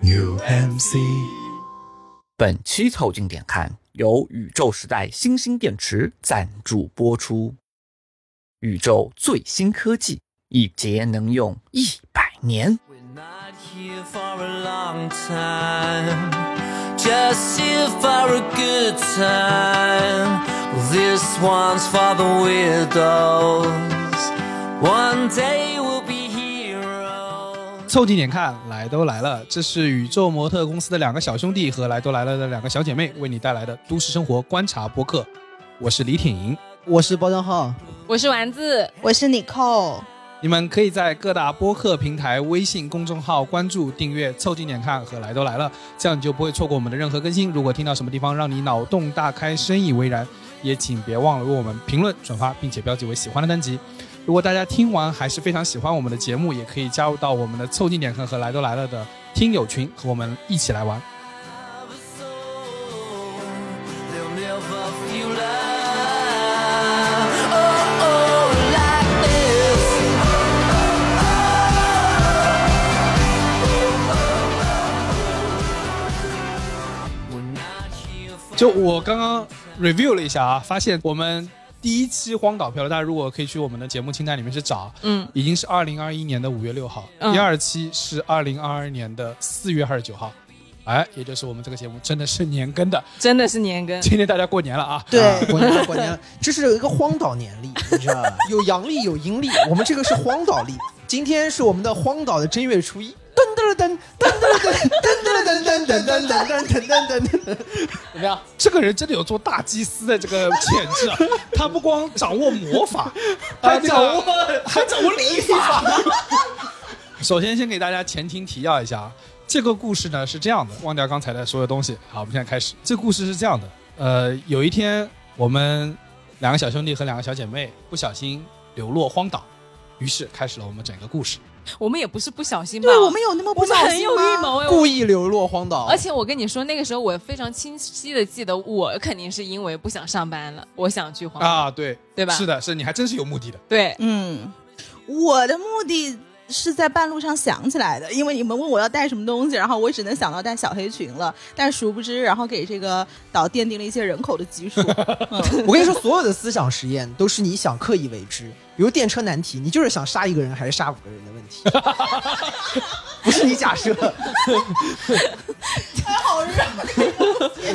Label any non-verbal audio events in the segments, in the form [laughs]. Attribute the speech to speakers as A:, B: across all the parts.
A: New Hampshire。
B: 本期《凑近点看》由宇宙时代新兴电池赞助播出。宇宙最新科技，一节能用一百年。
C: We're not here for a long time, just here for a good time. This one's for the weirdos. One day we'll be heroes.
D: 凑近点看，来都来了，这是宇宙模特公司的两个小兄弟和来都来了的两个小姐妹为你带来的都市生活观察播客。我是李挺莹，
E: 我是包账号，
F: 我是丸子，
G: 我是 Nicole，
D: 你们可以在各大播客平台、微信公众号关注、订阅“凑近点看”和“来都来了”，这样你就不会错过我们的任何更新。如果听到什么地方让你脑洞大开、深以为然，也请别忘了为我们评论、转发，并且标记为喜欢的单集。如果大家听完还是非常喜欢我们的节目，也可以加入到我们的“凑近点看”和“来都来了”的听友群，和我们一起来玩。
C: Of a soul, they'll never feel love. Oh, oh, like this.
D: 就我刚刚 review 了一下啊，发现我们第一期荒岛漂流，大家如果可以去我们的节目清单里面去找，
F: 嗯，
D: 已经是二零二一年的五月六号，
F: 嗯
D: 第二期是二零二二年的四月二十九号，哎，也就是我们这个节目真的是年更的，
F: 真的是年更，
D: 今天大家过年了啊，
E: 对，过年了，过年了，这是有一个荒岛年历，你知道吧？有阳历，有阴历，我们这个是荒岛历。今天是我们的荒岛的正月初一，噔噔噔噔噔噔噔噔噔噔噔噔噔噔噔噔。
D: 怎么样？这个人真的有做大祭司的这个潜质 [laughs] 啊！他不光掌握魔法，呃还掌握还掌握历法。 [laughs] 首先，先给大家前情提要一下啊，这个故事呢是这样的，忘掉刚才的所有东西。好，我们现在开始。这故事是这样的，呃，有一天我们两个小兄弟和两个小姐妹不小心流落荒岛，于是开始了我们整个故事。
F: 我们也不是不小心吧？
G: 对我们有那么
F: 我
G: 不小
F: 们很
G: 心
F: 有预
G: 吗？
F: 谋哎。我
E: 故意流落荒岛，
F: 而且我跟你说，那个时候我非常清晰的记得，我肯定是因为不想上班了，我想去黄岛。
D: 啊，对，
F: 对吧
D: 是的，是你还真是有目的的。
F: 对，
G: 嗯，我的目的是在半路上想起来的，因为你们问我要带什么东西，然后我只能想到带小黑裙了，但殊不知，然后给这个岛奠定了一些人口的基 [laughs] 数。
E: 我跟你说，所有的思想实验都是你想刻意为之。比如电车难题，你就是想杀一个人还是杀五个人的问题，不是你假设。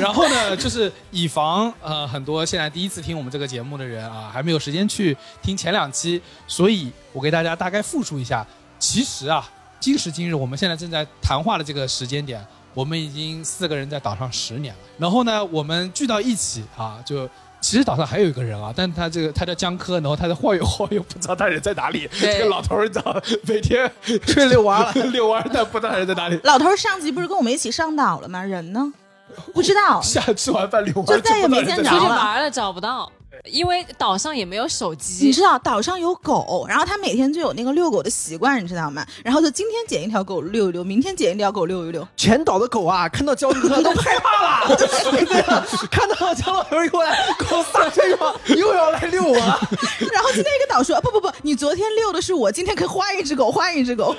D: 然后呢，就是以防呃很多现在第一次听我们这个节目的人啊，还没有时间去听前两期，所以我给大家大概复述一下。其实啊，今时今日，我们现在正在谈话的这个时间点，我们已经四个人在岛上十年了。然后呢，我们聚到一起啊，就。其实岛上还有一个人啊，但他这个他叫江科，然后他在晃悠晃悠，不知道他人在哪里。这
F: 对
D: 个老头儿，你知道， [laughs] 每天
E: 吹遛弯
D: [laughs]
E: 了，
D: 遛弯儿，但不知道他人在哪里。，
G: 老头儿上集不是跟我们一起上岛了吗？人呢？不知道
D: 下吃完饭遛弯儿，
G: 就再也没见
D: 着
G: 着
F: 出去
G: 了
F: 玩了找不到，因为岛上也没有手机
G: 你知。道岛上有狗，然后他每天就有那个遛狗的习惯，你知道吗？然后就今天捡一条狗遛一遛，明天捡一条狗遛一遛。
E: 全岛的狗啊，看到焦虑哥都害怕 [laughs] 了，对呀，看到姜老头过来，狗撒腿跑，又要来遛我了。
G: 然后今天一个岛说：“不不不，你昨天遛的是我，今天可以换一只狗，换一只狗。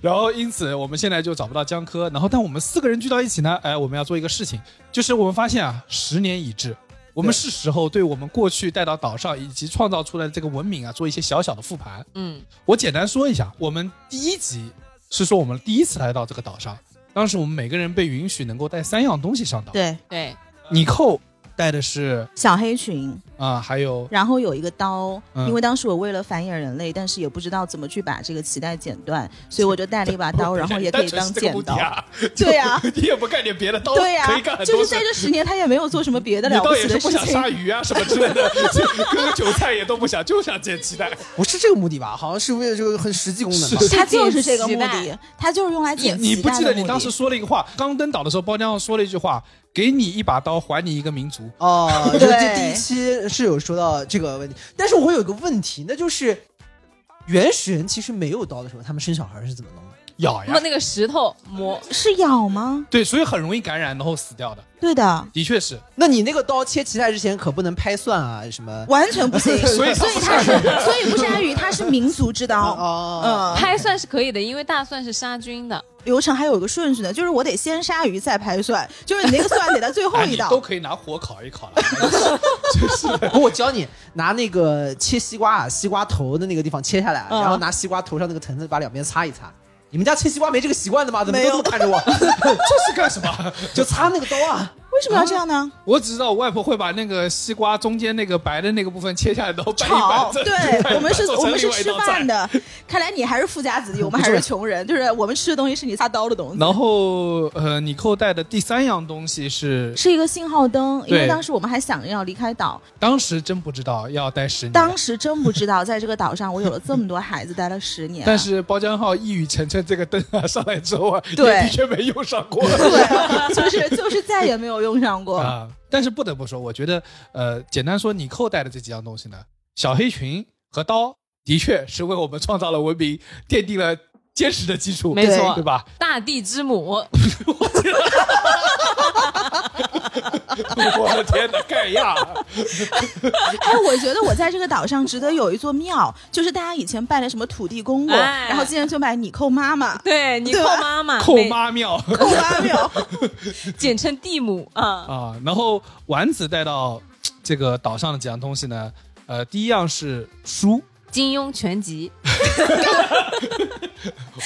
D: 然后因此我们现在就找不到江科，然后但我们四个人聚到一起呢，哎，我们要做一个事情，就是我们发现啊，十年已至。我们是时候对我们过去带到岛上以及创造出来的这个文明啊，做一些小小的复盘。
F: 嗯，
D: 我简单说一下，我们第一集是说我们第一次来到这个岛上，当时我们每个人被允许能够带三样东西上岛”。
G: 对，
F: 对，
D: 你扣带的是
G: 小黑裙，
D: 啊、还有
G: 然后有一个刀，
D: 嗯
G: 因为当时我为了繁衍人类，但是也不知道怎么去把这个脐带剪断，所以我就带了一把
D: [laughs]
G: 刀，然后也可以当剪刀。
D: 啊、
G: 对呀、
D: [laughs] 你也不干点别的，刀
G: 对呀、
D: 可以干很多事。
G: 就是在这十年，他也没有做什么别的
D: 你
G: 了
D: 倒
G: 起
D: 也是
G: 的
D: 不
G: 事
D: 想
G: 情。
D: 杀鱼啊什么之类的， [laughs] 割韭菜也都不想，就想捡
G: [laughs]
D: 脐带。
E: 不是这个目的吧？好像是为了这个很实际功能吧
D: 是？
G: 他就是这个目
F: 剪脐
G: 的，他就是用来剪
D: 你
G: 脐
D: 不
G: 带
D: 记
G: 的
D: 得
G: 目
D: 你当时
G: 的。
D: 说了一个话，刚登岛的时候，包浆说了一句话：“给你一把刀，还你一个民族。
E: 哦，
G: 对
E: 这这第一期是有说到这个问题，但是我有一个问题，那就是原始人其实没有刀的时候，他们生小孩是怎么弄的？
D: 咬哎呀哎
F: 用，那个石头磨，
G: 是咬吗？
D: 对，所以很容易感染，然后死掉的，
G: 对的，
D: 的确是。
E: 那你那个刀切芹菜之前可不能拍蒜啊，什么？
G: 完全不行。
D: [laughs] 所以
G: 所以它是，所以不是安语，它是民族之刀。
E: 哦，
G: 嗯，
F: 拍蒜是可以的，因为大蒜是杀菌的。
G: 流程还有个顺序呢，就是我得先杀鱼再拍蒜，就是哦你那个蒜得在最后
D: [laughs] 哎
G: 一
D: 你
G: 道
D: 都。可以拿火烤一烤了， [laughs]
E: [laughs] 不我教你拿那个切西瓜啊，西瓜头的那个地方切下来，啊
G: 嗯
E: 然后拿西瓜头上那个藤子把两边擦一擦。你们家切西瓜没这个习惯的吗？怎么都
G: 没
E: 这么
G: 有
E: 看着我？ [laughs]
D: 这是干什么？
E: 就擦那个刀啊，
G: 为什么要这样呢？
D: 我只知道我外婆会把那个西瓜中间那个白的那个部分切下来，然后掰一掰
G: 炒，
D: 再，
G: 对我们是，
D: 做
G: 我
D: 成
G: 们是
D: 另外一
G: 吃
D: 道菜
G: 饭的。看来你还是富家子弟，我们还是穷人，就是我们吃的东西是你擦刀的东
D: [laughs]
G: 西。
D: 然后呃，你扣带的第三样东西是，
G: 是一个信号灯，因为
D: 对
G: 当时我们还想要离开岛，
D: 当时真不知道要待十年，
G: 当时真不知道在这个岛上我有了这么多孩子，待了十年。
D: 但是包浆号一语成谶这个灯啊上来之后啊，也
G: 对
D: 的确没用上过。
G: 对，就是就是再也没有用上过。
D: 啊、但是不得不说，我觉得呃，简单说，你扣带的这几样东西呢，小黑裙和刀的确是为我们创造了文明，奠定了坚实的基础，
F: 没错
D: 对吧？
F: 大地之
D: [laughs]
F: 母，
D: 我的天哪，盖亚！
G: 哎，我觉得我在这个岛上值得有一座庙，就是大家以前拜的什么土地公公，
F: 哎。
G: 然后今天就拜你扣妈妈
F: 对你
G: 对
F: 扣
G: 吧
F: 妈妈，
D: [laughs] 啊扣
F: 每，
D: 妈庙
G: 扣妈庙，
F: 简称地母啊。
D: 啊，然后丸子带到这个岛上的几样东西呢，呃，第一样是书，
F: 金庸全集，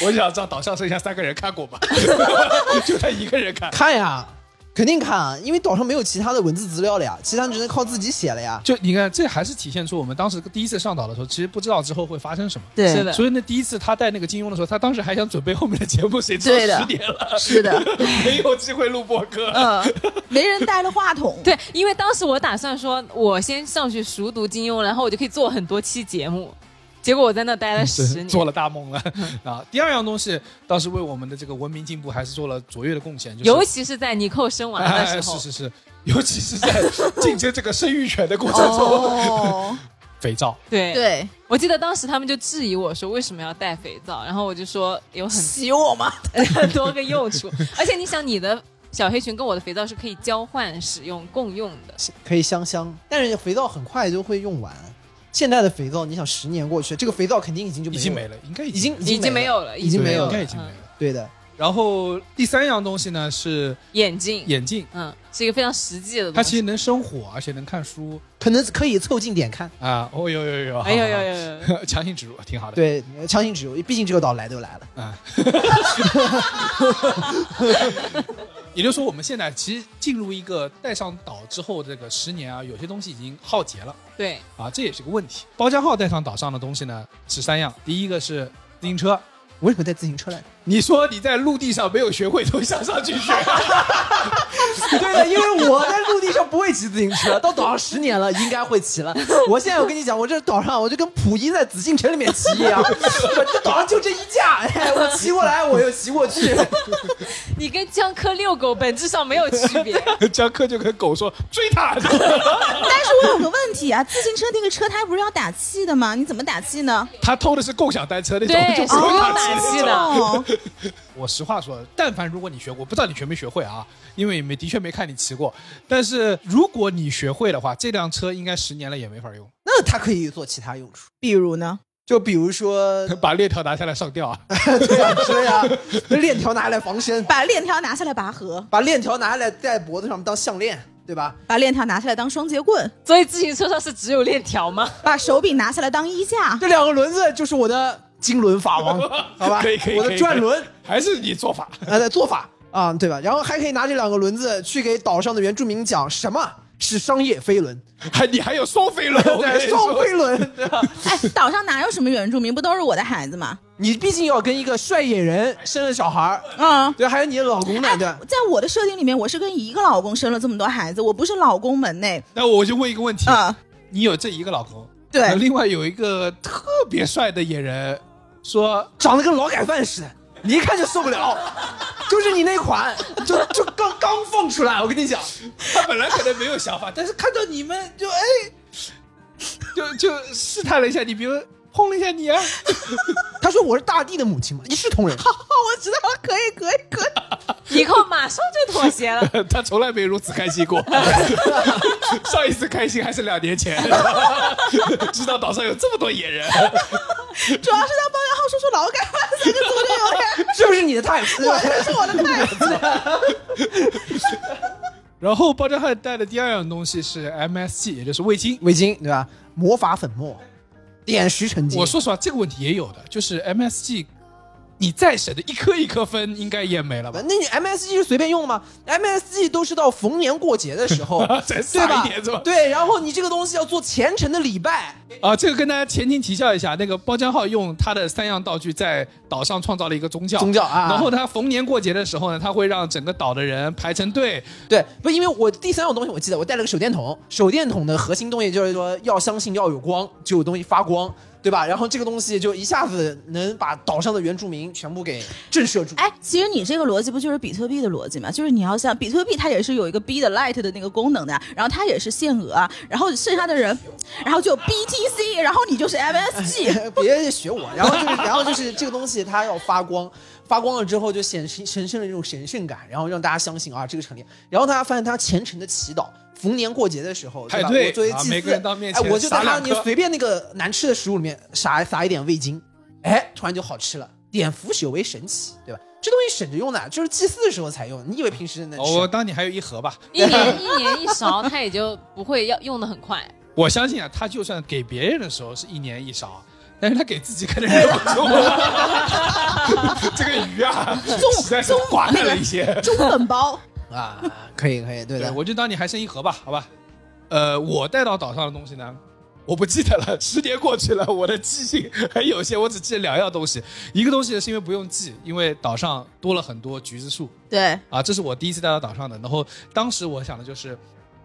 D: 我想知道岛上剩下三个人看过吗？ [laughs] 就他一个人看，
E: 看呀，肯定看啊，因为岛上没有其他的文字资料了呀，其他只能靠自己写了呀。
D: 就你看，这还是体现出我们当时第一次上岛的时候，其实不知道之后会发生什么。
G: 对
F: 是的
D: 所以呢，第一次他带那个金庸的时候，他当时还想准备后面的节目，谁知
G: 对的
D: 道十点了，
G: 是的，
D: [laughs] 没有机会录播客。
G: 嗯，没人带了话筒，
F: 对，因为当时我打算说，我先上去熟读金庸，然后我就可以做很多期节目。结果我在那待了
D: 是
F: 十年，
D: 嗯做了大梦了 [laughs] 啊！第二样东西倒是为我们的这个文明进步还是做了卓越的贡献，就是
F: 尤其是在尼寇生娃的时候，
D: 哎是是是，尤其是在竞争这个生育权的过程中，
G: 哦，
D: 肥皂
F: 对
G: 对，
F: 我记得当时他们就质疑我说为什么要带肥皂，然后我就说有很
G: 洗我吗？
F: 很 [laughs] 多个用处，而且你想你的小黑裙跟我的肥皂是可以交换使用共用的，
E: 可以香香，但是肥皂很快就会用完。现在的肥皂，你想十年过去，这个肥皂肯定已经就
D: 已
E: 有
D: 经没
E: 了，
D: 了，应该
E: 已经
F: 已经没
E: 了。
F: 有了，
E: 已经没有
D: 对应
E: 了
D: 该已经没
F: 嗯
D: 了。
E: 对的，
D: 然后第三样东西呢是
F: 眼镜，
D: 眼镜，
F: 嗯，是一个非常实际的
D: 它
F: 东
D: 其
F: 西。
D: 实能生火，而且能看书
E: 可能可以凑近点看。
D: 啊。哦，有有有，
F: 哎呦呦
D: 有
F: 呦呦！
D: 有，强行植入，挺好的。
E: 对，强行植入，毕竟这个岛来都来了。
D: 也就是说，我们现在其实进入一个带上岛之后，这个十年啊，有些东西已经耗竭了
F: 对，
D: 啊，这也是个问题。包浆号带上岛上的东西呢是三样，第一个是自行车。
E: 我为什么带自行车来着？
D: 你说你在陆地上没有学会，都想上去学。啊
E: [laughs] 对的，因为我在陆地上不会骑自行车，到岛上十年了，应该会骑 [laughs] 了。我现在我跟你讲，我这岛上我就跟溥仪在紫禁城里面骑一 [laughs] 样，我这岛上就这一架， [laughs] 哎，我骑过来，我又骑过去。
F: 你跟江科遛狗本质上没有区别，
D: [laughs] 江科就跟狗说追他， [laughs]
G: 但是我有个问题啊，自行车那个车胎不是要打气的吗？你怎么打气呢？
D: 他偷的是共享单车那种，
F: 对，
D: 就是不
F: 不
D: 用
F: 用
D: 打
F: 打
D: 气
F: 气的。
G: 哦，
D: 我实话说，但凡如果你学过，不知道你学没学会啊，因为没的确没看你骑过。但是如果你学会的话，这辆车应该十年了也没法用，
E: [laughs]
D: [laughs]
E: 那它可以做其他用处，
G: 比如呢？
E: 就比如说， [laughs]
D: 把链条拿下来上吊啊。
E: 对啊，对啊，那链条拿下来防身，
G: 把链条拿下来拔河，
E: 把链条拿下来戴脖子上当项链，对吧？
G: 把链条拿下来当双节棍，
F: 所以自行车上是只有链条 [laughs] 吗？
G: 把手柄拿下来当衣架。
E: 这两个轮子就是我的金轮法 [laughs] 王，好吧？
D: 可以可以
E: 我
D: 可
E: 的
D: 以
E: 转轮，
D: 还是你做法，
E: 呃，的做法啊、对吧？然后还可以拿这两个轮子去给岛上的原住民讲什么是商业飞轮，
D: 还你还有双
E: [laughs]
D: 飞轮，我跟你
E: 对，双
D: 说
E: 飞轮，对吧？
G: 哎，岛上哪有什么原住民，不都是我的孩子吗？
E: 你毕竟要跟一个帅野人生了小孩儿，
G: 嗯。
E: 对，还有你的老公呢，啊对吧。
G: 在我的设定里面，我是跟一个老公生了这么多孩子，我不是老公们内
D: 那我就问一个问题：
G: 啊、
D: 你有这一个老公， [laughs] 那
G: 对，
D: 另外有一个特别帅的野人，说
E: 长得跟劳改犯似的，你一看就受不了，就是你那款，就就刚刚放出来，我跟你讲，
D: 他本来可能没有想法，但是看到你们就哎，就就试探了一下你，比如。碰了一下你、啊，
E: 他说我是大地的母亲嘛，一视同仁。
G: 哦我知道了，可以，可以，可以。
F: 以后马上就妥协 [laughs] 了。
D: [laughs] 他从来没如此开心过。 [laughs] 上一次开心还是两年前，知道岛上有这么多野人。
G: 主要是他包元浩说出“劳改犯”三个字，我就有点，
E: 是不是你的太子？
G: 我 [laughs] 这是我的太子。
D: 然后包扎汉带的第二样东西是 MSG，也就是味精。
E: 围巾对吧？魔法粉末，点石成金。
D: 我说实话，这个问题也有的，就是 MSG，你再省的一颗一颗分，应该也没了吧
E: 那？你 MSG 是随便用的吗？MSG 都是到逢年过节的时候
D: [laughs] 再，撒
E: 对吧
D: 一点是吧？
E: 对，然后你这个东西要做虔诚的礼拜，
D: 啊，这个跟大家前情提教一下，那个包浆号用他的三样道具在岛上创造了一个宗教，
E: 宗教啊
D: 然后他逢年过节的时候呢，他会让整个岛的人排成队，
E: 对，不，因为我第三样东西我记得我带了个手电筒，手电筒的核心东西就是说要相信要有光，就有东西发光，对吧？然后这个东西就一下子能把岛上的原住民全部给震慑住。
G: 哎，其实你这个逻辑不就是比特币的逻辑吗？就是你要像比特币，它也是有一个 B 的 light 的那个功能的，然后它也是限额啊，然后剩下的人，然后就 BTC，然后你就
D: [laughs]
G: 是 MSG。
E: [laughs] 别学我，然后就是，然后就是这个东西它要发光，发光了之后就显示神圣的这种神圣感，然后让大家相信啊这个成立，然后大家发现他虔诚的祈祷，逢年过节的时候，对吧？
D: 派对
E: 我作为
D: 啊
E: 祭
D: 每个
E: 司，
D: 人到面前
E: 哎，我就
D: 撒
E: 在他
D: 两
E: 你
D: 颗
E: 随便那个难吃的食物里面撒撒一点味精，哎，突然就好吃了，点腐朽为神奇，对吧？这东西省着用的，就是祭祀的时候才用，你以为平时能吃？
D: 我哦当你还有一盒吧。
F: 一年一年一勺，它也就不会要用的很快。
D: [laughs] 我相信啊，他就算给别人的时候是一年一勺， [laughs] 但是他给自己可能忍不住了。 [laughs] 这个鱼啊，实在是寡淡了一些。
G: 中本包，
E: 啊，可以可以，对
D: 对，
E: 的。
D: 我就当你还剩一盒吧，好吧。呃，我带到岛上的东西呢，我不记得了， [laughs] 十年过去了，我的记性还有限，我只记得两样东西。一个东西呢是因为不用记，因为岛上多了很多橘子树
G: 对，
D: 啊，这是我第一次带到岛上的。然后当时我想的就是，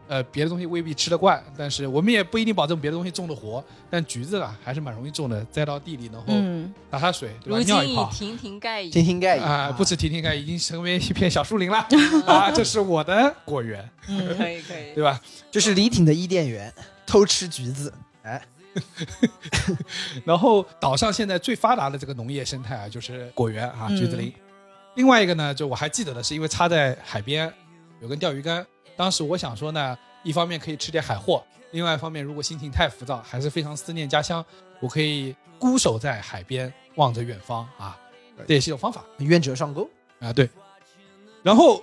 D: 呃，别的东西未必吃得惯，但是我们也不一定保证别的东西种得活。但橘子啊，还是蛮容易种的，栽到地里，然后
G: 嗯，
D: 打打水，对吧？
F: 如今
D: 尿一
F: 已
D: 泡。
F: 亭亭盖矣。
E: 天听盖
D: 啊、不止停停看，已经成为一片小树林
F: [laughs]
D: 了啊！这是我的果园，
F: 可以可以。
D: 对吧？
E: 就是李挺的伊甸园，偷吃橘子，哎，
D: 然后岛上现在最发达的这个农业生态啊，就是果园啊，
G: 嗯
D: 橘子林。另外一个呢，就我还记得的是，因为插在海边有根钓鱼竿，当时我想说呢，一方面可以吃点海货，另外一方面如果心情太浮躁，还是非常思念家乡，我可以孤守在海边，望着远方啊，这也是一种方法
E: 愿者上钩。
D: 啊。对，然后。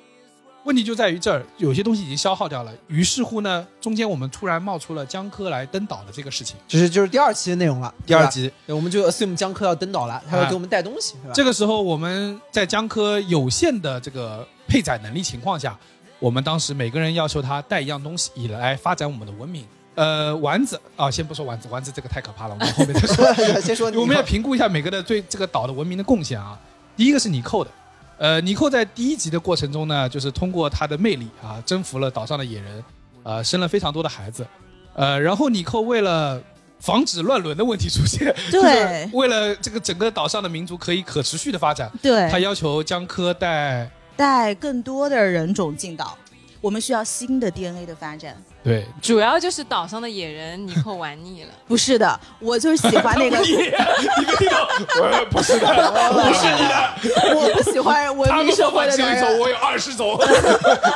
D: 问题就在于这儿，有些东西已经消耗掉了。于是乎呢，中间我们突然冒出了江科来登岛的这个事情。
E: 这是就是第二期的内容了，
D: 第二
E: 对吧
D: 集，
E: 对我们就 assume 江科要登岛了，他要
D: 啊
E: 给我们带东西，对吧？
D: 这个时候，我们在江科有限的这个配载能力情况下，我们当时每个人要求他带一样东西，以来发展我们的文明。呃，丸子啊，先不说丸子，丸子这个太可怕了，我们后面再说。
E: 个 [laughs] 先说你，
D: 我们要评估一下每个的对这个岛的文明的贡献啊。第一个是尼寇的，呃，尼寇在第一集的过程中呢，就是通过他的魅力啊，征服了岛上的野人，呃，生了非常多的孩子，呃，然后尼寇为了防止乱伦的问题出现，
G: 对
D: 就是为了这个整个岛上的民族可以可持续的发展，他
G: 对，
D: 要求江科带
G: 带更多的人种进岛，我们需要新的 DNA 的发展。
D: 对
F: 主要就是岛上的野人尼寇玩腻 [laughs] 了，
G: 不是的，我就是喜
D: [laughs]
G: 欢那个，
D: [laughs] 你没听到？我不是的，
E: 不是的，
G: 我不喜欢文
D: 他
G: 明
D: 们
G: 社
D: 说
G: 会
D: 法
G: 的
D: 只有
G: 男
D: 一种，
G: 人。
D: 我有二十
G: [laughs]
D: 种，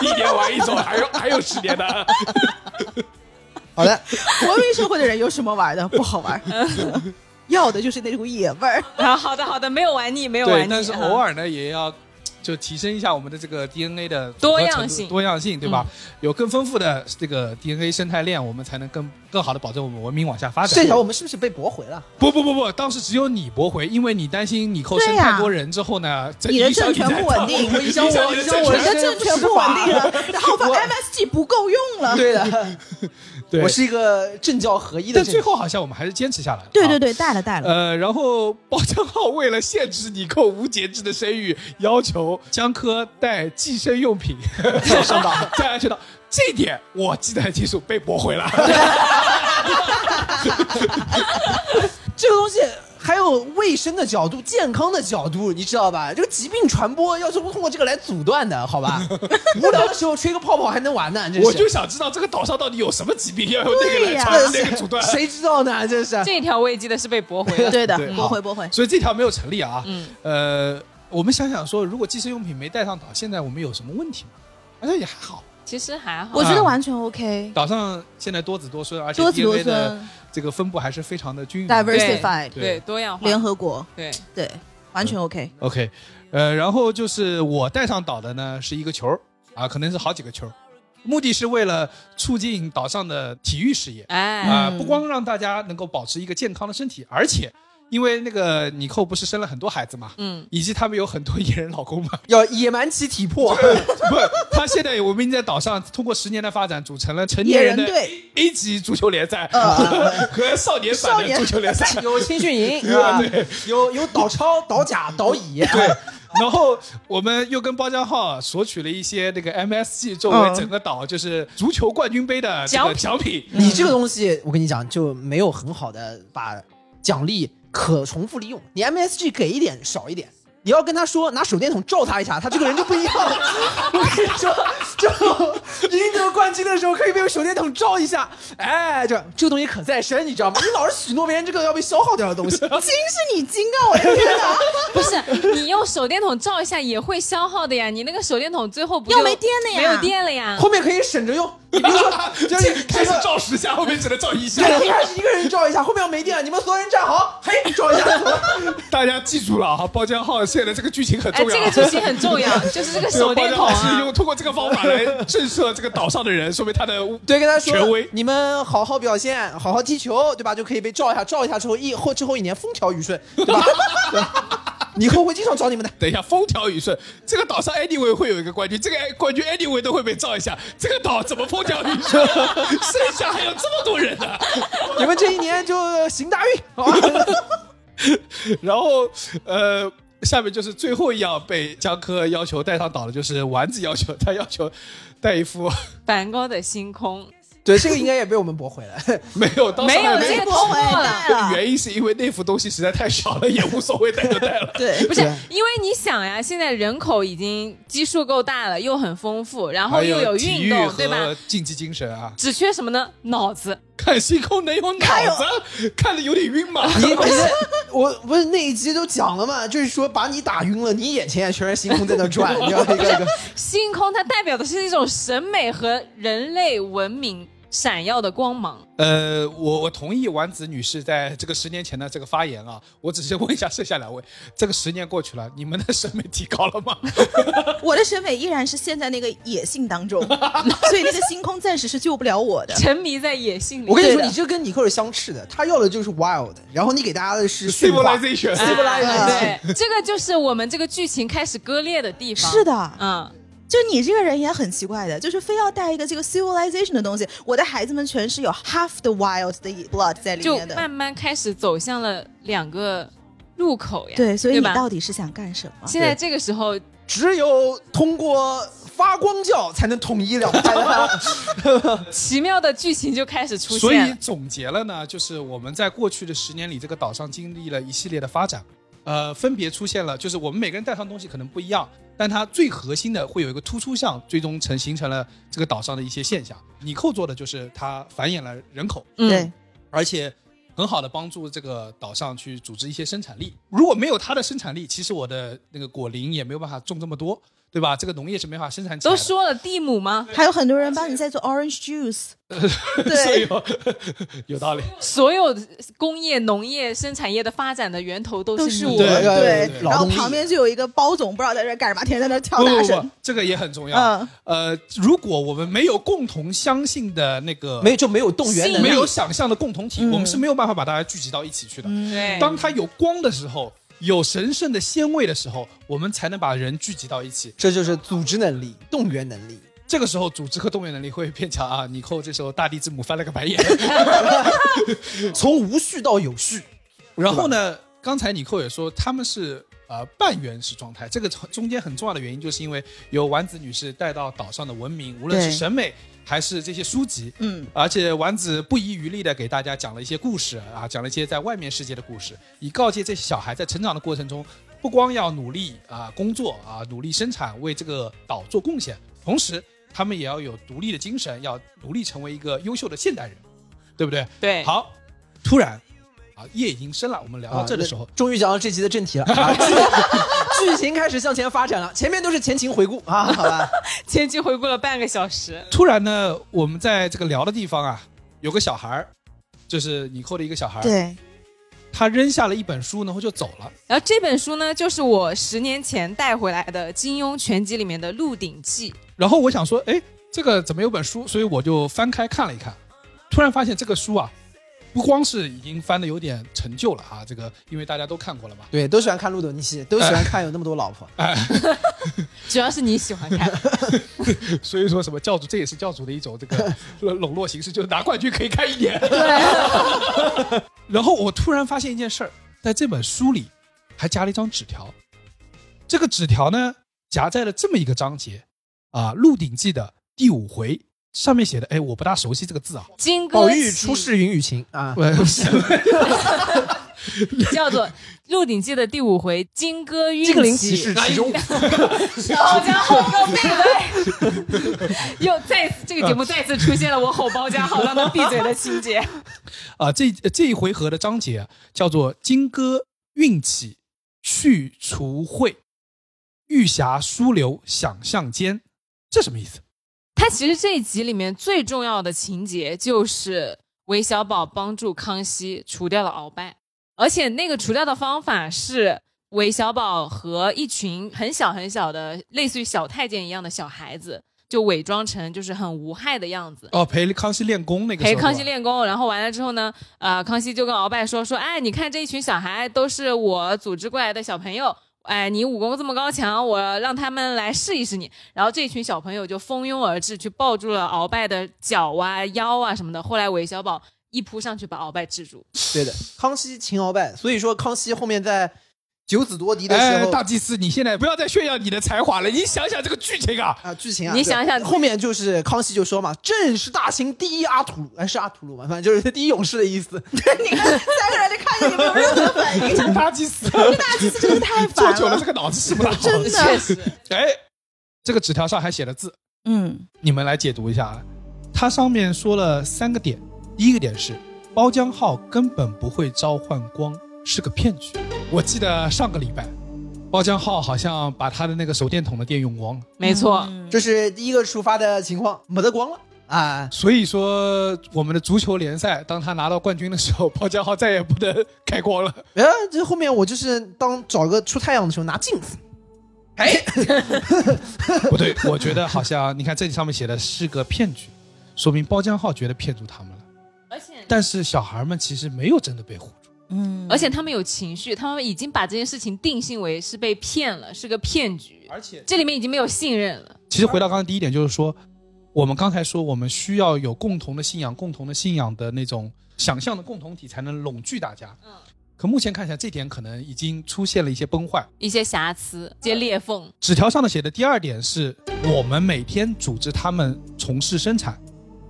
D: 一年玩一种，还有还有十年的。
E: 好的，
G: 文明社会的人有什么玩的？不好玩，
D: [laughs]
G: 要的就是那股野味儿。
F: 啊，好的好的，没有玩腻，没有玩啊
D: 对
F: 腻，，
D: 但是偶尔呢，也要就提升一下我们的这个 DNA 的组合
F: 多样
D: 程度
F: 性嗯
D: 多样性，对吧？有更丰富的这个 DNA 生态链，我们才能更更好的保证我们文明往下发展。
E: 这条我们是不是被驳回了？
D: 不不不不，当时只有你驳回，因为你担心你扣生
G: 对呀
D: 太多人之后呢，这
G: 你的
D: 影响
G: 政
D: 你
G: 权
D: 在
G: 不稳定，
D: 我
G: 影响
D: 影响
G: 我，
D: 你的
G: 影响
D: 政
G: 我的
E: 权
G: 政权不稳定
E: [laughs]
G: 了，然后把
E: 我
G: MSG 不够用了。
E: 对的，[laughs]
D: 对
E: 我是一个政教合一的
D: 但
E: 政，
D: 最后好像我们还是坚持下来了。
G: 对对
D: 啊。
G: 对，带了带了。
D: 呃，然后包江浩为了限制你扣无节制的生育，要求江科带寄生用品上岛， [laughs] 带安全岛，这一点我记得很清楚，被驳回了。
E: 这个东西还有卫生的角度、健康的角度，你知道吧？这个疾病传播要是不通过这个来阻断的，好 [laughs] 吧？无聊的时候吹个泡泡还能玩呢，真是。
D: 我就想知道这个岛上到底有什么疾病，要用那个
G: 对
D: 来
E: [laughs]
G: 呀
D: 传那个阻断。
E: 谁知道呢？真是。
F: 这一条危机的是被驳回了。
G: 对的
D: 对，
G: 驳回驳回。
D: 所以这条没有成立啊。
F: 嗯
D: 呃，我们想想说，如果计生用品没带上岛，现在我们有什么问题吗？好像也还好，
F: [laughs] 其实还好
G: 我。觉得完全 OK，
D: 岛上现在多子多孙，而且
G: 多子多
D: DNA 的
G: 孙
D: 这个分布还是非常的均匀的。
G: ，diversified，
F: 对多样化，
G: 联合国，
F: 对
G: 对，完全 OK。
D: OK，呃，然后就是我带上岛的呢是一个球儿啊，可能是好几个球儿，目的是为了促进岛上的体育事业
F: 哎，
G: 嗯
D: 啊、不光让大家能够保持一个健康的身体，而且因为那个尼寇不是生了很多孩子嘛，
F: 嗯，
D: 以及他们有很多野人老公嘛， [laughs]
E: 要野蛮其体魄，
D: 不，他现在我们已经在岛上通过十年的发展，组成了成
G: 野
D: 年
G: 人
D: 的
G: 队嗯
D: A 级足球联赛、
E: 呃
D: [laughs] 和少年
G: 少
D: 版的
G: 年
D: 足球联赛。
E: [laughs] 有青训
G: [laughs]
E: 营啊，有有倒抄、倒甲、倒乙，
D: [laughs]
E: 对，
D: 然后我们又跟包浆号索取了一些那个 MSG 作为整个岛就是足球冠军杯的这个奖品。
E: 你这个东西，我跟你讲，就没有很好的把奖励可重复利用。你 MSG 给一点少一点，你要跟他说拿手电筒照他一下，他这个人就不一样
G: [laughs]
E: 了。我跟你说，就赢得冠军的时候可以被手电筒照一下，哎，这这个东西可再生，你知道吗？你老是许诺别人这个要被消耗掉的东
G: [laughs]
E: 西，
G: 金是你金啊！我的天哪，
F: 不是你用手电筒照一下也会消耗的呀，你那个手电筒最后不
G: 又
F: 就
G: 没电了呀
F: 没有电
D: [laughs]
F: 了呀。
E: [laughs] 后面可以省着用。你比如说，
G: [laughs]
E: 就是你
D: 开
E: 这
D: 始
E: 个
D: 照十下，后面只能照一
F: [laughs]
E: [laughs]
D: 下。
E: 对，一开始一个人照一下，后面要没电了，你们所有人站好，嘿，照一下。
D: 大家记住了啊，包浆号现在这个剧情很
F: 哎，
D: 重要。啊
F: 这个剧情很重要，就是
D: [laughs] 这
F: 这个
D: 个
F: 手
D: 包
F: 电
D: 浆
F: 筒
D: 号是
F: 啊
D: 用，通过这个方法来震慑这个岛上的人，说明他的
E: [laughs] 对，跟他说
D: 权威
E: 你们好好表现，好好踢球，对吧？就可以被照一下，照一下之后一后之后一年风调雨顺，对吧？对以后会经常找你们的。
D: 等一下，风调雨顺，这个岛上 anyway 会有一个冠军，这个冠军 anyway 都会被照一下，这个岛怎么风调雨
F: [laughs]
D: 顺？剩下还有这么多人呢、啊
E: 你们这一年就行大运，好吧？
D: 然后，呃，下面就是最后一样被江科要求带上岛的，就是丸子要求他要求带一副
F: 梵高的星空
E: 对，这个应该也被我们驳回了。
D: 没有，当时
F: 没有
D: 还
F: 这个
G: 被
F: 突
G: 驳回
F: 破了。
G: 了。
D: 原因是因为那副东西实在太少了，也无所谓，带就带了。
G: 对，
F: 不是
E: 对
F: 因为你想呀，现在人口已经基数够大了，又很丰富， [laughs] 然后又有
D: 体
F: 运
D: 育
F: 动，对吧
D: 和？竞技精神啊，
F: 只缺什么呢？脑子。
D: 看星空能有脑子，看的有点晕
F: [laughs]
D: 嘛。
E: 你不是 [laughs] 我不是那一集都讲了嘛？就是说把你打晕了，你眼前也全是星空在那 [laughs] 转，你知道吗？一个一个
F: 星空它代表的是一种审美和人类文明闪耀的光芒。
D: 呃，我我同意丸子女士在这个十年前的这个发言啊，我只是问一下剩下两位，这个十年过去了，你们的审美提高了
F: [laughs]
D: 吗？
G: 我的审美依然是陷在那个野性当中，所以那个星空暂时是救不了我
F: [laughs]
G: 的。
F: 沉迷在野性里。
E: 我跟你
F: 对
E: 说，
F: 的
E: 你这跟尼克是相斥的，他要的就是 wild，然后你给大家的是驯化。
D: civilization，
E: 不来
F: 哎
E: 人
F: 对，这个就是我们这个剧情开始割裂的地方。
G: 是的，
F: 嗯，
G: 就你这个人也很奇怪的，就是非要带一个这个 civilization 的东西。我的孩子们全是有 half the wild 的 blood 在里
F: 就
G: 面
F: 慢
G: 的。
F: 慢开始走向了两个入口呀。
G: 对，所以你
F: 吧
G: 到底是想干什么？
F: 现在这个时候，
E: 只有通过发光教才能统一两派的。
F: 奇妙的剧情就开始出
D: 所
F: 现
D: 以
F: 了。
D: 总结了呢，就是我们在过去的十年里，这个岛上经历了一系列的发展，呃，分别出现了，就是我们每个人带上东西可能不一样，但它最核心的会有一个突出项，最终成形成了这个岛上的一些现象。尼寇做的就是它繁衍了人口，
F: 嗯
G: 对，
D: 而且很好的帮助这个岛上去组织一些生产力。如果没有它的生产力，其实我的那个果林也没有办法种这么多，对吧？这个农业是没法生产起来
F: 都
D: 的。
F: 说了地母吗？
G: 还有很多人帮你在做 orange
D: [laughs]
G: juice。
D: 所以
G: 对，
D: [laughs] 有道理。
F: 所有工业、农业、生产业的发展的源头都
G: 都
F: 是
G: 是
F: 你
D: [laughs]
G: 我
D: 对对
E: [laughs] 对对
G: 然
E: 劳
G: 后
E: 动力
G: 旁边就有一个包总，不知道在这干什么，天天在那跳
D: 不
G: 大
D: 不
G: 神
D: 不。，这个也很重要。
G: 嗯
D: 呃，如果我们没有共同相信的那个，
E: 没有就没有动员能
D: 没
E: 力。
D: 有想象的共同体，
G: 嗯
D: 我们是没有办法把大家聚集到一起去的。
F: 对，
D: 当它有光的时候，有神圣的鲜味的时候，我们才能把人聚集到一起。
E: 这就是组织能力、动员能力。
D: 这个时候，组织和动员能力会变强啊！尼寇这时候大地之母翻了个白眼。嗯
E: 从无序到有序，
D: 然后呢，刚才尼寇也说他们是啊、呃半原始状态。这个中中间很重要的原因，就是因为有丸子女士带到岛上的文明，无论是
G: 对
D: 审美还是这些书籍，
G: 嗯，
D: 而且丸子不遗余力的给大家讲了一些故事啊，讲了一些在外面世界的故事，以告诫这些小孩在成长的过程中，不光要努力啊工作啊，努力生产，为这个岛做贡献，同时他们也要有独立的精神，要努力成为一个优秀的现代人，对不对？
F: 对，
D: 好，突然啊，夜已经深了，我们聊到哦这的时候，
E: 啊那终于讲到这集的正题了，啊
D: [laughs]
E: 剧剧情开始向前发展了。前面都是前情回顾啊，好
D: [laughs]
E: 吧，
F: 前期回顾了半个小时，
D: 突然呢，我们在这个聊的地方啊，有个小孩儿，就是你扣的一个小孩儿， [laughs]
G: 对，
D: 他扔下了一本书，然后就走了。
F: 然后这本书呢，就是我十年前带回来的金庸全集里面的《鹿鼎记》，
D: 然后我想说，哎，这个怎么有本书？所以我就翻开看了一看，突然发现这个书啊，不光是已经翻的有点陈旧了啊，这个因为大家都看过了嘛，
E: 对，都喜欢看《鹿鼎记》，都喜欢
D: 哎
E: 看有那么多老婆。
F: 主要是你喜欢看，
D: 所以说什么教主，这也是教主的一种这个笼络形式，就是拿冠军可以看一年。 [laughs] 然后我突然发现一件事儿，在这本书里还加了一张纸条，这个纸条呢夹在了这么一个章节啊，《鹿鼎记》的第五回，上面写的，哎，我不大熟悉这个字啊，
F: 金
E: 宝
F: 戈
E: 玉
F: 喜
E: 出世云雨情 [laughs] 啊，
D: 我
F: 叫做《鹿鼎记》的第五回金戈玉
E: 精灵骑士
F: 其 [laughs]
E: 其中，
F: 包家好
E: [laughs]
F: 哥闭嘴！ [laughs] 又再次这个节目再次出现了我吼包家好让他闭嘴的情节。
D: 啊，这这一回合的章节叫做“金戈运起去除秽，玉匣疏流想象间”，这什么意思？
F: 他其实这一集里面最重要的情节就是韦小宝帮助康熙除掉了鳌拜，而且那个除掉的方法是韦小宝和一群很小很小的，类似于小太监一样的小孩子，就伪装成就是很无害的样子。
D: 哦，陪康熙练功那个时
F: 陪
D: 候啊
F: 康熙练功，然后完了之后呢，呃，康熙就跟鳌拜说说，哎，你看这一群小孩都是我组织过来的小朋友，哎，你武功这么高强，我让他们来试一试你。然后这群小朋友就蜂拥而至，去抱住了鳌拜的脚啊、腰啊什么的。后来韦小宝一扑上去把鳌拜制住，
E: 对的，康熙秦鳌拜，所以说康熙后面在九子夺嫡的时
D: 哎，
E: 候
D: 大祭司，你现在不要再炫耀你的才华了，你想想这个剧情
F: [laughs]
D: 啊，
E: 啊，剧情啊，
F: 你
E: 对
F: 想想
E: 后面就是康熙就说嘛，朕是大秦第一阿图鲁，哎，是阿图鲁嘛，反正就是第一勇士的意思。
G: 你看三个人就看见你们有没有任何反应，
D: [laughs] 这个大祭
F: [laughs]
D: 司
G: 大祭司真的太
D: 做
G: 烦
D: 久了
G: 了，
D: 这个脑子是不大好。
G: 真
F: 确
G: 的，
F: 实，
D: [laughs] 哎，这个纸条上还写了字，
G: 嗯，
D: 你们来解读一下啊。它上面说了三个点，第一个点是包浆号根本不会召唤光，是个骗局。我记得上个礼拜，包浆号好像把他的那个手电筒的电用光了，
F: 没错，
D: 嗯
E: 这是第一个触发的情况，没得光了啊。
D: 所以说我们的足球联赛，当他拿到冠军的时候，包浆号再也不能开光了。
E: 哎，这后面我就是当找个出太阳的时候拿镜子，
D: 不对，我觉得好像你看这上面写的是个骗局，说明包浆号觉得骗住他们了。
F: 而且
D: 但是小孩们其实没有真的被唬住。
G: 嗯，
F: 而且他们有情绪，他们已经把这件事情定性为是被骗了，是个骗局，
D: 而且
F: 这里面已经没有信任了。
D: 其实回到刚刚第一点，就是说，我们刚才说我们需要有共同的信仰、共同的信仰的那种想象的共同体，才能拢聚大家。
F: 嗯
D: 可目前看起来，这点可能已经出现了一些崩坏。
F: 一些瑕疵、一些裂缝。
D: 纸条上的写的第二点是我们每天组织他们从事生产，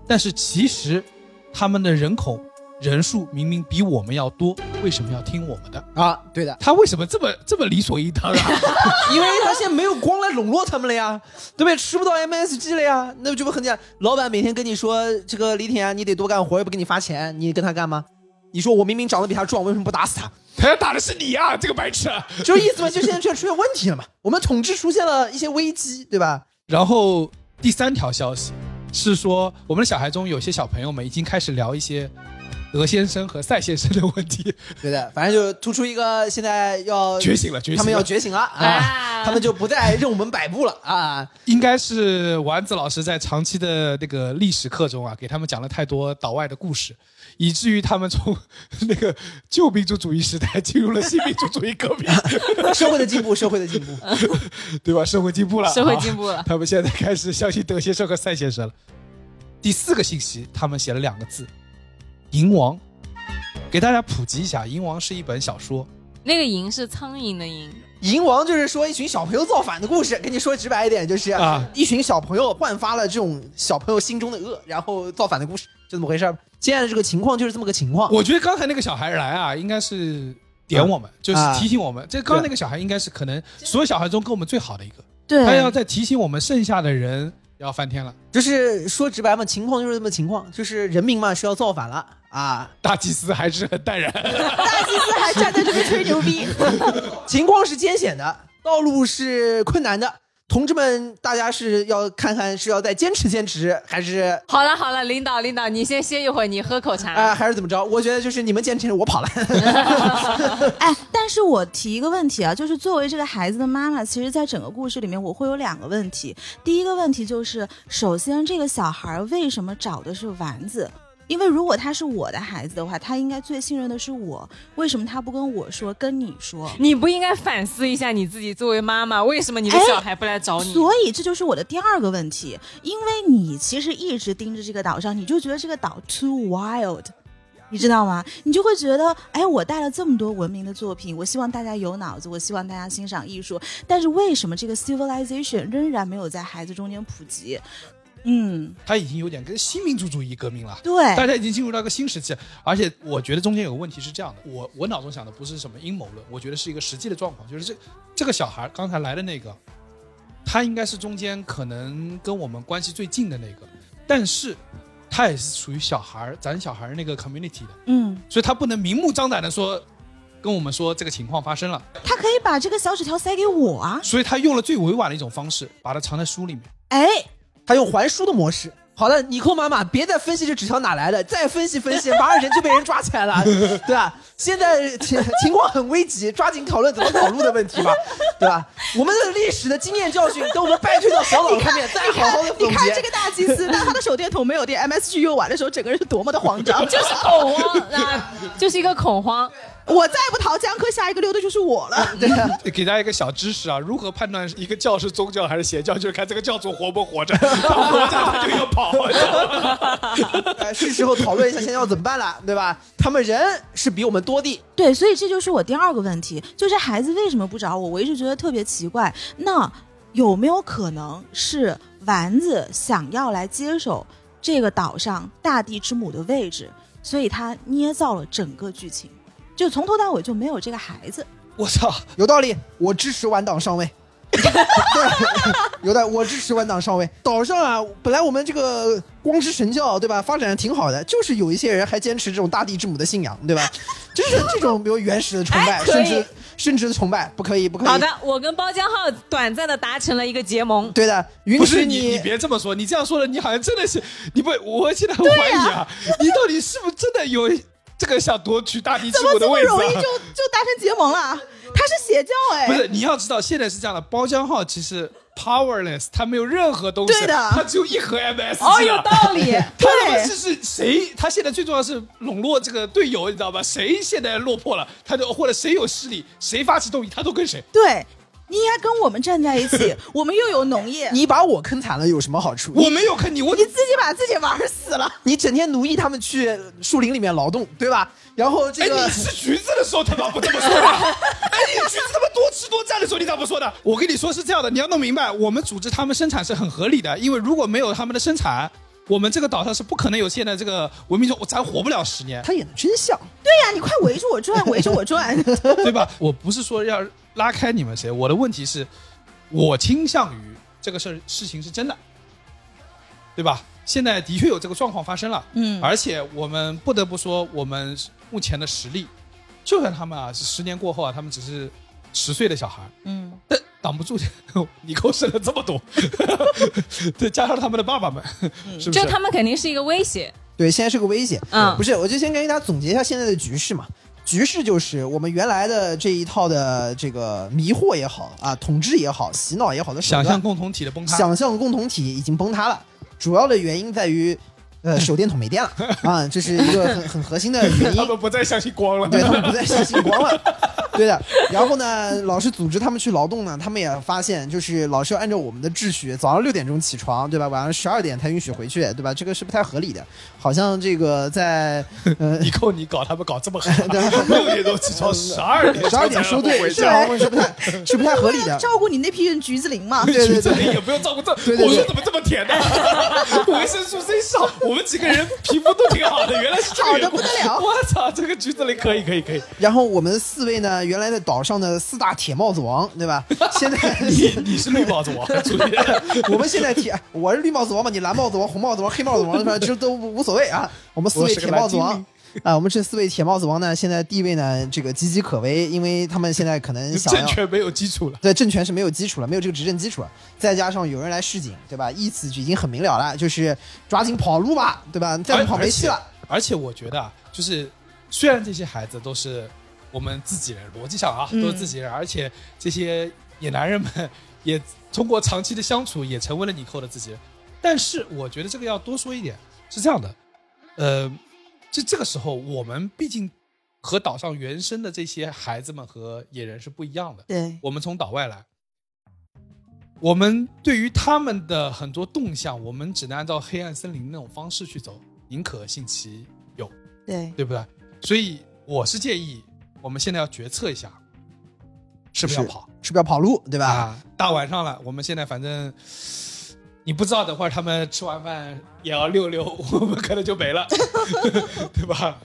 D: 但是其实他们的人口人数明明比我们要多，为什么要听我们的？
E: 啊，对的，
D: 他为什么这么这么理所应当啊？
E: 因为他现在没有光来笼络他们了呀，对不对？吃不到 MSG 了呀，那这不很简单？老板每天跟你说这个李铁啊，你得多干活，又不给你发钱，你跟他干吗？你说我明明长得比他壮，为什么不打死他？
D: [laughs] 他要打的是你啊，这个白痴！
E: 就是意思嘛，就现在就出现问题了嘛，我们统治出现了一些危机，对吧？
D: 然后第三条消息是说，我们的小孩中有些小朋友们已经开始聊一些德先生和赛先生的问题，
E: 对的，反正就突出一个现在要
D: 觉醒了，觉醒了。
E: 他们要觉醒了啊，
F: 啊
E: 他们就不再任我们摆布了啊。
D: 应该是丸子老师在长期的那个历史课中啊，给他们讲了太多岛外的故事，以至于他们从那个旧民主主义时代进入了新民主主义革命，
E: 社会的进步，社会的进步。
D: 对吧？社会进步了，
F: 社会
D: 啊
F: 进步了。
D: [laughs] 他们现在开始相信德先生和赛先生了。第四个信息，他们写了两个字：银王。给大家普及一下，《银王》是一本小说，
F: 那个“蝇”是苍蝇的“蝇
E: 银王就是说一群小朋友造反的故事，跟你说直白一点，就是、
D: 啊
E: 一群小朋友焕发了这种小朋友心中的恶，然后造反的故事，就这么回事儿。现在的这个情况就是这么个情况。
D: 我觉得刚才那个小孩来啊，应该是点我们，就是
F: 啊
D: 提醒我们。这刚刚那个小孩应该是可能所有小孩中跟我们最好的一个，
G: 对
D: 他要再提醒我们剩下的人要翻天了，
E: 就是说直白嘛，情况就是这么情况，就是人民嘛是要造反了啊，
D: 大祭司还是很淡然。
G: 大祭司还站在这边吹牛逼，
E: 情况是艰险的，道路是困难的。同志们，大家是要看看是要再坚持坚持，还是
F: 好了好了，领导领导，你先歇一会儿，你喝口茶。
E: 啊、还是怎么着？我觉得就是你们坚持，我跑了。 [laughs]
G: [laughs] 哎，但是我提一个问题啊，就是作为这个孩子的妈妈，其实，在整个故事里面，我会有两个问题。第一个问题就是，首先这个小孩为什么找的是丸子？因为如果他是我的孩子的话，他应该最信任的是我。为什么他不跟我说，跟你说？
F: 你不应该反思一下你自己作为妈妈，为什么你的
G: 哎
F: 小孩不来找你？
G: 所以这就是我的第二个问题，因为你其实一直盯着这个岛上，你就觉得这个岛 too wild。你知道吗？你就会觉得，哎，我带了这么多文明的作品，我希望大家有脑子，我希望大家欣赏艺术，但是为什么这个 civilization 仍然没有在孩子中间普及？嗯，
D: [laughs] 他已经有点跟新民主主义革命了。
G: 对，
D: 大家已经进入到一个新时期，而且我觉得中间有个问题是这样的，我我脑中想的不是什么阴谋论，我觉得是一个实际的状况，就是这这个小孩刚才来的那个，他应该是中间可能跟我们关系最近的那个，但是他也是属于小孩儿咱小孩儿那个 community 的，
G: 嗯，
D: 所以他不能明目张胆的说跟我们说这个情况发生了，
G: 他可以把这个小纸条塞给我啊，
D: 所以他用了最委婉的一种方式，把它藏在
G: [laughs]
D: 书里面。
G: 哎，
E: 他用还书的模式。好了，尼寇妈妈，别再分析这纸条哪来的，再分析分析， [laughs] 马上人就被人抓起来了， [laughs] 对吧？现在情情况很危急，抓紧讨论怎么跑路的问题吧， [laughs] 对吧？我们的历史的经验教训，等我们败退到小岛上面，再
G: [laughs]
E: 好好的
G: 哎你
E: 哦总
G: 看
E: 结
G: 这。个大祭司，当他的手电筒没有电，MSG 用完的时候，整个人是多么的慌张，
F: 就是恐慌啊，
E: [laughs]
F: 就是一个恐慌。
G: 我再不逃江科，下一个溜的就是我了。
D: 给大家一个小知识啊，如何判断一个教是宗教还是邪教，就是看这个教主活不活
G: [laughs]
D: 着，他活着他就要跑。
E: [laughs] 呃是时候讨论一下现在要怎么办了，对吧？他们人是比我们多的，
G: 对，所以这就是我第二个问题，就是孩子为什么不找我？我一直觉得特别奇怪。那有没有可能是丸子想要来接手这个岛上大地之母的位置，所以他捏造了整个剧情，就从头到尾就没有这个孩子。
D: 我操！
E: 有道理，我支持晚党上位。 [laughs] 有的，我支持晚党上位。岛上啊，本来我们这个光之神教，对吧，发展的挺好的，就是有一些人还坚持这种大地之母的信仰，对吧？就是这种比如原始的崇拜，
F: 哎可
E: 甚
F: 以
E: 至甚至的崇拜，不可以，不可以。
F: 好的，，我跟包江浩短暂的达成了一个结盟。
E: 对的，允
D: 不是
E: 许
D: 你，你别这么说，你这样说了，你好像真的是，你不，我现在很怀疑啊，你到底是不是真的有这个想夺取大地之
G: 怎么
D: 母
G: 这
D: 的
G: 么
D: 位置、
G: 容易就
D: [laughs] 啊？
G: 就达成结盟了？啊他是邪教哎，
D: 不是，你要知道，现在是这样的，包浆号其实 powerless，他没有任何东西，
G: 对的
D: 他只有一盒 MS。
G: 哦，有道
E: [laughs]
G: 理，
D: 他他妈
G: 对
D: 是。是谁？他现在最重要是笼络这个队友，你知道吧？谁现在落魄了，他就或者谁有势力，谁发起动议，他都跟谁。
G: 对你应该跟我们站在
D: [laughs]
G: 一起，我们又有农业，
E: 你把我坑惨了有什么好处？
D: 我没有坑你，我
G: 你自己把自己玩死了。
E: 你整天奴役他们去树林里面劳动，对吧？然后
D: 哎，
E: 这个
D: 你吃橘子的时候他妈不这么说的。哎，你橘子他妈多吃多占的时候你咋不说的？我跟你说是这样的，你要弄明白，我们组织他们生产是很合理的，因为如果没有他们的生产。我们这个岛上是不可能有现在这个文明中，咱活不了十年，
E: 他演的真像。
G: 对哎呀、你快围住我转，围住
D: [laughs]
G: 我转。
D: 对吧？我不是说要拉开你们谁，我的问题是，我倾向于这个事儿事情是真的，对吧？现在的确有这个状况发生了，
G: 嗯
D: 而且我们不得不说，我们目前的实力，就算他们啊，是十年过后啊，他们只是十岁的小孩儿，
G: 嗯，
D: 但挡不住尼寇生了这么多， [laughs] 对，加上他们的爸爸们，是不？
F: 嗯就是他们肯定是一个威胁，
E: 对，现在是个危险。
F: 嗯
E: 不是，我就先跟大家总结一下现在的局势嘛。局势就是我们原来的这一套的这个迷惑也好啊，统治也好，洗脑也好的手
D: 想
E: 段
D: 象共同体的崩塌，
E: 想象共同体已经崩塌了。主要的原因在于，
D: [laughs]
E: 呃，手电筒没电了啊，这是一个很很核心的原因 [laughs]
D: [laughs] 他。们不再相信光了。
E: 对他们不再相信光了。对的。然后呢，老师组织他们去劳动呢，他们也发现，就是老师按照我们的秩序，早上六点钟起床，对吧？晚上十二点才允许回去，对吧？这个是不太合理的。好像这个在呃
D: [laughs] 你扣你搞他们搞这么狠，啊
E: [laughs] 对嗯
D: 六点钟起床，十二点
E: 十二点收队，
D: 是
E: 是吧？是不太是不太合理的。
G: 照顾你那批人橘子林
E: [laughs]
G: 嘛。
E: 对对
D: 这
E: 对。
D: 里也不用照顾这，
E: 对对
D: 我说
E: 对
D: 怎么这么甜呢？ [laughs] 维生素 C 少，我们几个人皮肤都挺好的，原来是这个
G: 好
D: 缘
G: 的
D: 故
G: 不得了
D: 我操，这个橘子林可以可以可以，
E: 然后我们四位呢，原来在岛上的四大铁帽子王，对吧？现在 [laughs]
D: 你你是绿帽子王，注意，
E: 我们现在铁，我是绿帽子王嘛，你蓝帽子王、红帽子王、黑帽子王，反正其实都无所谓啊。我们四位铁帽子
D: 我是个蓝
E: 王。啊，我们这四位铁帽子王呢，现在地位呢，这个岌岌可危，因为他们现在可能
D: [laughs]
E: 想
D: 正
E: 要
D: 确没有基础了。
E: 对政权是没有基础了，没有这个执政基础了，再加上有人来示警，对吧？意思就已经很明了了，就是抓紧跑路吧，对吧？再不跑没戏了。
D: 而且我觉得啊，就是虽然这些孩子都是我们自己人，逻辑上啊
G: 嗯
D: 都是自己人，而且这些野男人们也通过长期的相处，也成为了你扣的自己人。但是我觉得这个要多说一点，是这样的，呃，就这个时候我们毕竟和岛上原生的这些孩子们和野人是不一样的，
G: 对，
D: 我们从岛外来。我们对于他们的很多动向，我们只能按照黑暗森林那种方式去走，宁可信其有，
G: 对，
D: 对不对？所以我是建议，我们现在要决策一下，是不是要
E: 是
D: 跑
E: 是不是要跑路，对吧？
D: 啊？大晚上了，我们现在反正你不知道，等会儿他们吃完饭也要溜溜，我们可能就没了， [laughs] 对吧？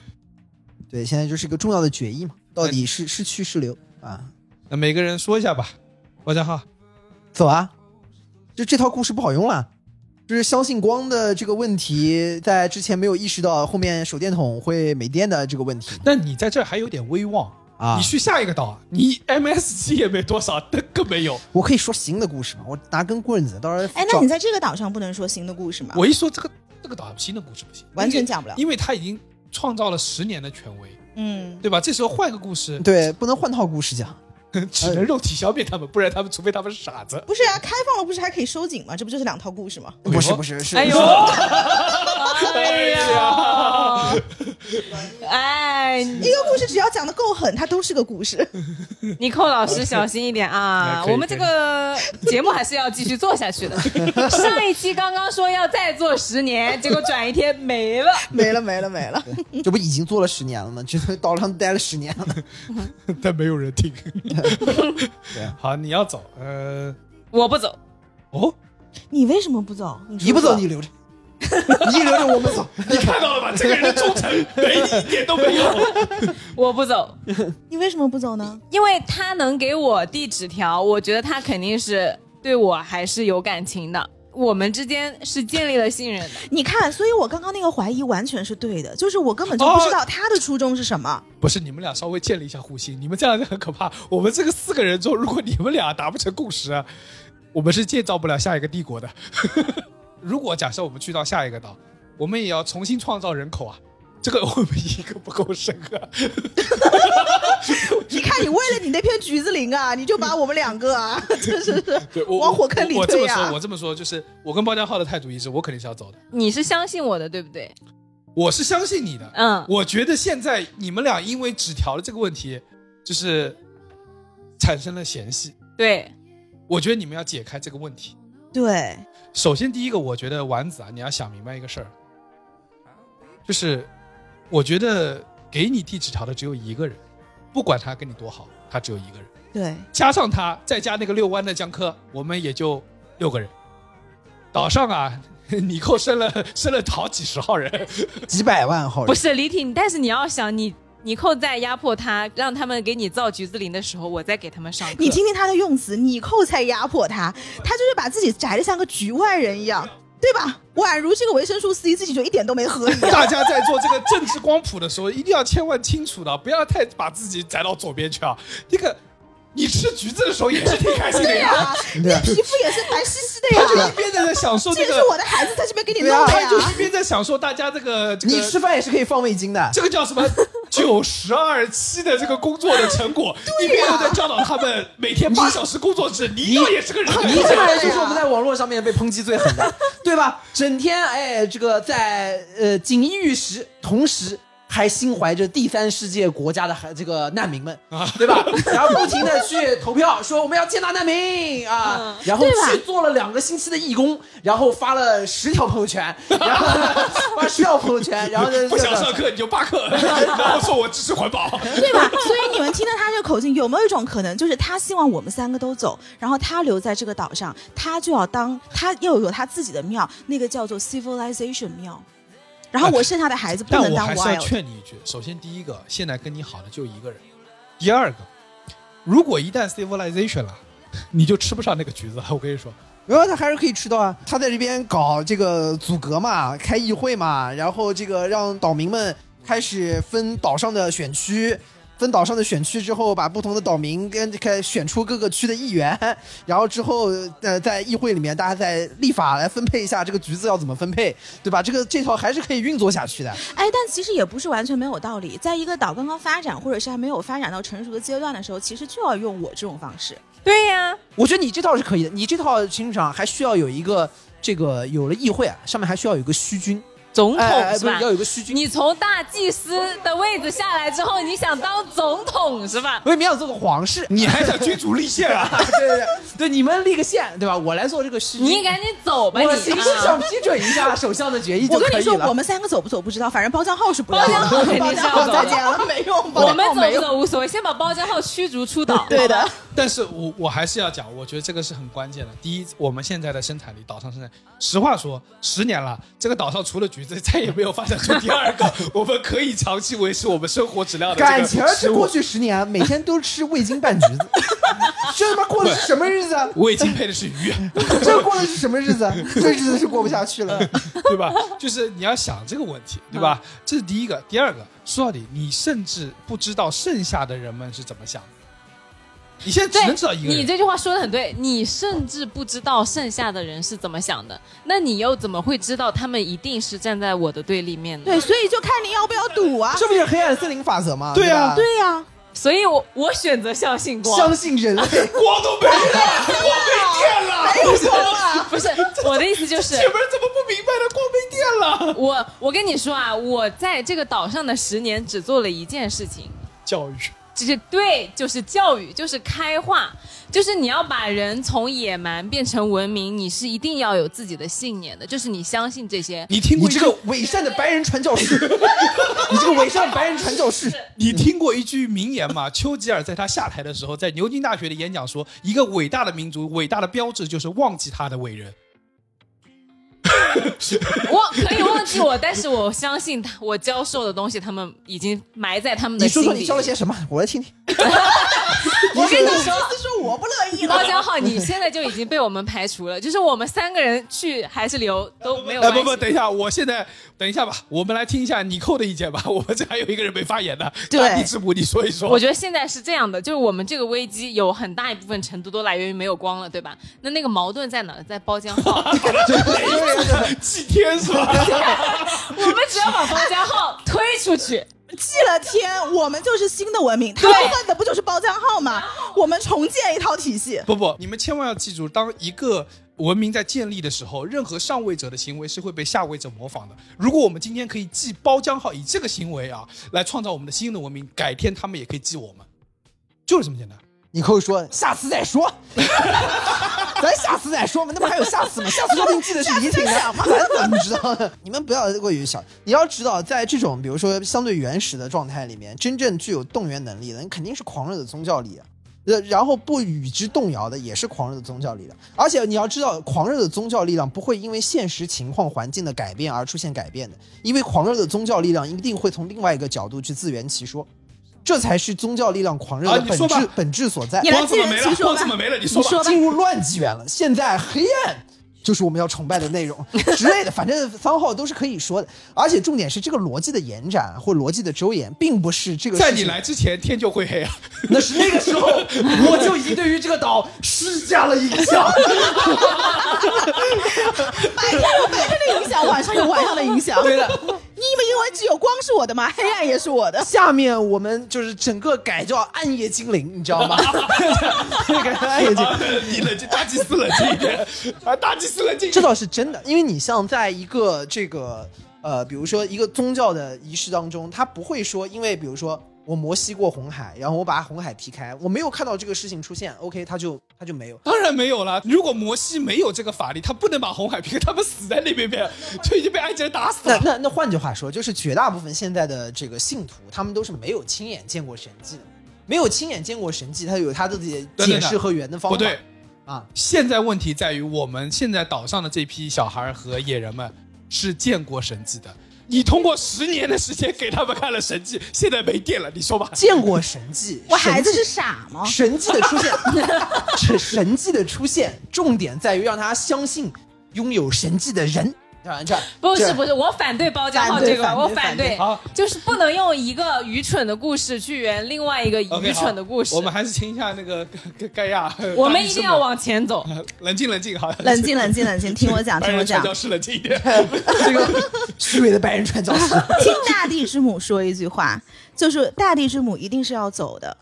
E: 对，现在就是一个重要的决议嘛，到
D: 哎
E: 底是是去是留啊？
D: 那每个人说一下吧。王江浩，
E: 走啊！就这套故事不好用了。就是相信光的这个问题，在之前没有意识到后面手电筒会没电的这个问题
D: 那你在这儿还有点威望。
E: 啊
D: 你去下一个岛，你 MSG 也没多少，但更没有。
G: 啊
E: 我可以说新的故事吗？我拿根棍子，到时候
G: 哎，那你在这个岛上不能说新的故事吗？
D: 我一说这个这个岛新的故事不行，
G: 完全讲不了。
D: 因为他已经创造了十年的权威，
G: 嗯，
D: 对吧？这时候换一个故
G: [laughs]
D: 事，
E: 对，不能换套故事讲。
G: 哎
D: 只能肉体消灭他们，不然他们除非他们是傻
G: [laughs]
D: 子。
G: 不是啊，开放了不是还可以收紧吗？这不就是两套故事吗？
D: 哎呦
E: 不是不是是，
F: 哎呦，
D: 哎呀，
F: 哎，
G: 一个故事只要讲的够狠，它都是个故事。
F: 尼寇老师小心一点啊！
D: 可以
F: 我们这个节目还是要继续做下去的。 [laughs] 上一期刚刚说要再做十年，结果转一天没了。
G: 没了没了没了，
E: 这不已经做了十年了吗？这在岛上待了十年了。
D: 但没有人
G: [laughs]
D: 听。
E: 对啊
D: 好，你要走，呃，
F: 我不走，
G: [laughs]
D: 哦，
G: [laughs] 你为什么不走？你
E: 你
G: 说
E: 不走
G: 说
E: 你留着， [laughs] 你留着我们走。
D: 你看到了吧？这个人的忠
G: [laughs]
D: 诚没你一点都没有。
F: 我不走，
G: 你为什么不走呢？
F: 因为他能给我递纸条，我觉得他肯定是对我还是有感情的。我们之间是建立了信任的。
G: 你看，所以我刚刚那个怀疑完全是对的，就是我根本就不知道他的初衷是什 [laughs] 么。
D: 不是，你们俩稍微建立一下互信，你们这样就很可怕。我们这个四个人中，如果你们俩达不成共识，我们是建造不了下一个帝国的。如果假设我们去到下一个岛，我们也要重新创造人口啊。这个我们一个不够深啊，
G: 你看，你为了你那片橘子林啊，你就把我们两个啊，真是是
D: 对我
G: 往火坑里
D: 我我这
G: 推
D: 么说，
G: 啊
D: 我！这么说，就是我跟包浆浩的态度一致，我肯定是要走的。
F: 你是相信我的，对不对？
D: 我是相信你的，
F: 嗯
D: 我觉得现在你们俩因为纸条的这个问题，就是产生了嫌隙。
F: 对，
D: 我觉得你们要解开这个问题。
G: [laughs] 对，
D: 首先，第一个，我觉得丸子啊，你要想明白一个事儿，就是我觉得给你递纸条的只有一个人，不管他跟你多好，他只有一个人，
G: 对，
D: 加上他，再加那个遛弯的江科，我们也就六个人。岛上啊， [laughs] 你扣生了生了好几十号人，
E: 几百万号
F: 不
E: 人，
F: 是李挺，但是你要想你。你扣在压迫他，让他们给你造橘子林的时候，我再给他们上课。
G: 你听听他的用词，你扣才压迫他，他就是把自己宅的像个局外人一样，对吧？宛如这个维生素 C 自己就一点都没喝一样。
D: 大家在做这个政治光谱的时候，一定要千万清楚的，不要太把自己摘到左边去啊。这个，你吃橘子的时候也是挺开心的
G: [laughs] [laughs] 对
D: 呀，
G: 呀、
E: 对啊
G: 那皮肤也是白兮兮的
D: 他就
G: 呀
D: 一。边在那享受
G: 这
D: 这
G: 个
D: 个
G: 是我的孩子在这边给你
E: 对
G: 弄的
E: 啊
G: 呀
D: 他。就是一边在享受大家这个这个
E: 你吃饭也是可以放味精的。
D: 这个叫
E: [laughs]
D: 什么九十二期的这个工作的成果，一边又在教导他们每天八小时工作制，你要也是个人，啊 [laughs]
E: 你这个人就是我们在网络上面被抨击最狠的，对吧？整天哎，这个在呃锦衣玉食，同时还心怀着第三世界国家的孩这个难
D: [laughs]
E: 民们，对吧？然后不停的去投票，说我们要接纳难民
D: 嗯
E: 啊，然后去做了两个星期的义
D: [laughs]
E: 工，然后发了十条朋友圈，然后发十条朋友圈，然后就
D: 不想上课你就罢
E: [laughs]
D: 课，然后说我支持环保。
G: 对吧？所以你们听到他这个口径，有没有一种可能，就是他希望我们三个都走，然后他留在这个岛上，他就要当他要有他自己的庙，那个叫做 civilization 庙。然后我剩下的孩子不
D: 啊但
G: 能
D: 我
G: 当
D: 还是要
G: wild，
D: 劝你一句：首先，第一个，现在跟你好的就一个人；第二个，如果一旦 civilization 了， [laughs] 你就吃不上那个橘子了。我跟
E: [laughs]
D: 你说，
E: 然后他还是可以吃到啊，他在这边搞这个阻隔嘛，开议会嘛，然后这个让岛民们开始分岛上的选区，分岛上的选区之后，把不同的岛民跟开选出各个区的议员，然后之后呃在议会里面大家再立法来分配一下这个橘子要怎么分配，对吧？这个这套还是可以运作下去的。
G: 哎，但其实也不是完全没有道理。在一个岛刚刚发展，或者是还没有发展到成熟的阶段的时候，其实就要用我这种方式。
F: 对呀、
E: 我觉得你这套是可以的，你这套情场还需要有一个这个有了议会啊，上面还需要有一个虚君，
F: 总统
E: 哎哎
F: 是
E: 不是
F: 吧？
E: 要有一个虚君。
F: 你从大祭司的位子下来之后，你想当总统是
G: [laughs]
F: 吧？
E: 为什么要做个皇室？
D: 你还想君主立宪啊？
E: [laughs] 对对对，对你们立个宪，对吧？我来做这个虚君，
F: 你赶紧走吧你！啊
E: 我形式上批准一下首相的决议就
G: 我
E: 可以
G: 跟
E: 了。
G: 你说，我们三个走不走不知道，反正包浆号是不要
F: 包浆号肯定是要走
G: 再见了，没用。包
F: 我
G: 浆
F: 们
G: 号
F: 走
G: 没
F: 不
G: 用。
F: 走无所谓，先把包浆浩驱逐出岛。
G: 对的，
D: 但是我我还是要讲，我觉得这个是很关键的。第一，我们现在的生产力，岛上生产，实话说，十年了，这个岛上除了橘子，再也没有发展出第二个 [laughs] 我们可以长期维持我们生活质量的
E: 感
D: 这
E: 情
D: 个食
E: 是过
D: 物。
E: 去十年每天都吃味精拌橘子，这他妈过的是什么日子啊？
D: 我已经配的是鱼，
E: 这过的是什么日子啊？这日子是过不下去了。
D: 对吧？就是你要想这个问题，对吧？
F: 嗯
D: 这是第一个。第二个，说到底，你甚至不知道剩下的人们是怎么想的。你现在只能知道
F: 对，
D: 一个
F: 你
D: 人。
F: 这句话说的很对，你甚至不知道剩下的人是怎么想的，那你又怎么会知道他们一定是站在我的对立面呢？
G: 对，，所以就看你要不要赌啊。
E: 这不就是黑暗森林法则吗？
D: 对啊
E: 吧，
G: 对呀、
F: 所以我我选择相信光，
E: 相信人类。
D: 光都没了，光没电了，
E: 哎呦，我
F: [laughs] 不是我的意
D: [laughs]
F: 思
G: [laughs]
F: 就是
D: 你们怎么不明白呢？光没电了，
F: 我我跟你说啊，我在这个岛上的十年只做了一件事情，
D: 教育。
F: 就是对，就是教育，就是开化，就是你要把人从野蛮变成文明，你是一定要有自己的信念的，就是你相信
E: [laughs]
F: 这些。
D: 你
E: [laughs]
D: 听
E: 你
D: 过
E: 这
D: 这
E: 个
D: 个
E: 伪善的白人传教 [laughs] 士，你这个伪善的白人传教士，
F: 嗯
D: 你听过一句名言吗？ [laughs] 丘吉尔在他下台的时候，在牛津大学的演讲说：“一个伟大的民族，伟大的标志就是忘记他的伟人。
F: 我可以忘记我，但是我相信他，我教授的东西，他们已经埋在他们的
E: 你说
F: 心里。
E: 说你教了些什么？我来听
G: [laughs]
E: 听。
G: 我跟
E: 说
G: 你说，意思说我不乐意
F: 包江浩，你现在就已经被我们排除了，就是我们三个人去还是留
E: [laughs]
F: 都”没有
D: 哎，
F: 关系。
D: 不不，等一下，我现在等一下吧，我们来听一下尼寇的意见吧。我们这还有一个人没发言呢，
G: 对
D: 大地之母，你说一说。
F: 我觉得现在是这样的，就是我们这个危机有很大一部分程度都来源于没有光了，对吧？那那个矛盾在哪儿？在包浆
E: [laughs]
F: 号，
D: [laughs] 得祭天是吧？
F: 我们只要把包浆号推出去，
G: 祭了天，我们就是新的文明。他们恨的不就是包浆号吗？我们重建一套体系。
D: 不不，你们千万要记住，当一个文明在建立的时候，任何上位者的行为是会被下位者模仿的。如果我们今天可以记包浆号，以这个行为啊来创造我们的新的文明，改天他们也可以记我们，就是这么简单。
E: 你可以说下次再说， [laughs] 咱下次再说嘛，那不还有下次吗？下次说不定记得是李挺的，咱怎么知道呢？ [laughs] 你们不要过于小，你要知道，在这种比如说相对原始的状态里面，真正具有动员能力的，你肯定是狂热的宗教力啊。呃，然后不与之动摇的也是狂热的宗教力量，而且你要知道，狂热的宗教力量不会因为现实情况环境的改变而出现改变的，因为狂热的宗教力量一定会从另外一个角度去自圆其说，这才是宗教力量狂热
D: 啊
E: 的
D: 你
E: 本
D: 说
E: 质、
D: 吧
E: 本质所在。
G: 你来
D: 光
G: 自
D: 怎么没
G: 圆其
D: 了？
G: 说
D: 光
G: 吧
D: 怎。么没了？你
E: 你
D: 说吧。
E: 说进入乱纪元了，现在黑暗就是我们要崇拜的内
D: [laughs]
E: 容之类的，反正番号都是可以说的。而且重点是这个逻辑的延展或逻辑的周延，并不是这个
D: 在
E: 事
D: 你
E: 情
D: 来之前，天就会黑啊！
E: 那是那个
D: [laughs]
E: 时候，我就已经对于这个岛施加了影响。
G: 白天有白天的影响，晚上有晚上的影响。 [laughs] 对的，你们以为只有光是我的吗？黑暗也是我的。
E: 下面我们就是整个改叫暗夜精灵，你知
D: [laughs]
E: 道吗？ [laughs] 改叫暗夜精灵。
D: 你冷静，大祭司冷静一点啊！大祭司冷静。
E: 这倒是真的，因为你像在一个这个呃，比如说一个宗教的仪式当中，他不会说，因为比如说我摩西过红海，然后我把红海劈开，我没有看到这个事情出现，OK，他就他就没有。
D: 当然没有了。如果摩西没有这个法力，他不能把红海劈开，他们死在那边边，就已经被埃及人打死
E: 那
D: 了。
E: 那那换句话说，就是绝大部分现在的这个信徒，他们都是没有亲眼见过神迹的，没有亲眼见过神迹，他有他自己
D: 等等
E: 解
D: 等
E: 释和圆的方
D: 不
E: 法。
D: 对
E: 啊，
D: 现在问题在于我们现在岛上的这批小孩和野人们是见过神迹的。你通过十年的时间给他们看了神迹，现在没电了，你说吧。
E: 见过神迹，
G: 我孩子
E: 神迹
G: 是傻吗？
E: 神迹的出现， [laughs] 是神迹的出现，重点在于让他相信拥有神迹的人。这样这样
F: 不
E: 这
F: 是不是，我反对包家
E: 反
F: 浩
E: 对
F: 这个，
E: 反对
F: 我
E: 反对
F: 对
D: 好，
F: 就是不能用一个愚蠢的故事去圆另外一个
D: OK，
F: 愚
D: 好
F: 蠢的故事。
D: 我们还是听一下那个盖盖亚。 [laughs]
F: 我
D: 大
F: 们
D: 力
F: 一
D: 士
F: 定要往前走。
D: 冷静冷静，好。
G: 冷静，冷静，冷静，听我讲，
D: 白
G: 听我
D: 人传
G: 讲。
D: 教士冷静一点。
E: 这个虚伪的白人传教
F: [laughs]
E: 士，
G: 听大地之母说一句话，就是大地之母一定是要走的。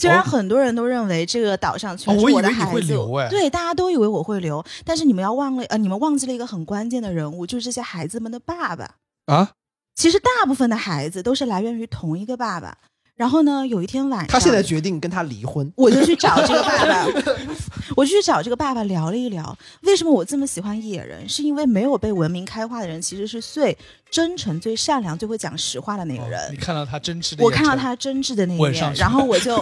G: 虽然
D: 哦
G: 很多人都认为这个岛上全
D: 哦
G: 是
D: 我以
G: 的
D: 为你
G: 孩
D: 会
G: 子，
D: 留哎
G: 对，大家都以为我会留，但是你们要忘了，呃，你们忘记了一个很关键的人物，就是这些孩子们的爸爸。
D: [laughs] [laughs] 啊，
G: 其实大部分的孩子都是来源于同一个爸爸。然后呢，有一天晚上，
E: 他现在决定跟他离婚。
G: 我就去找这个爸
E: [laughs]
G: 爸，我就去找这个爸爸聊了一聊，为什么我这么喜欢野人，是因为没有被文明开化的人其实是最真诚、最善良、最会讲实话的那个人。
D: 你看到他真实的，
G: 我看到，他真挚的那一
D: 吻上
G: 面，
D: 去
G: 然后我
D: [laughs]
G: 就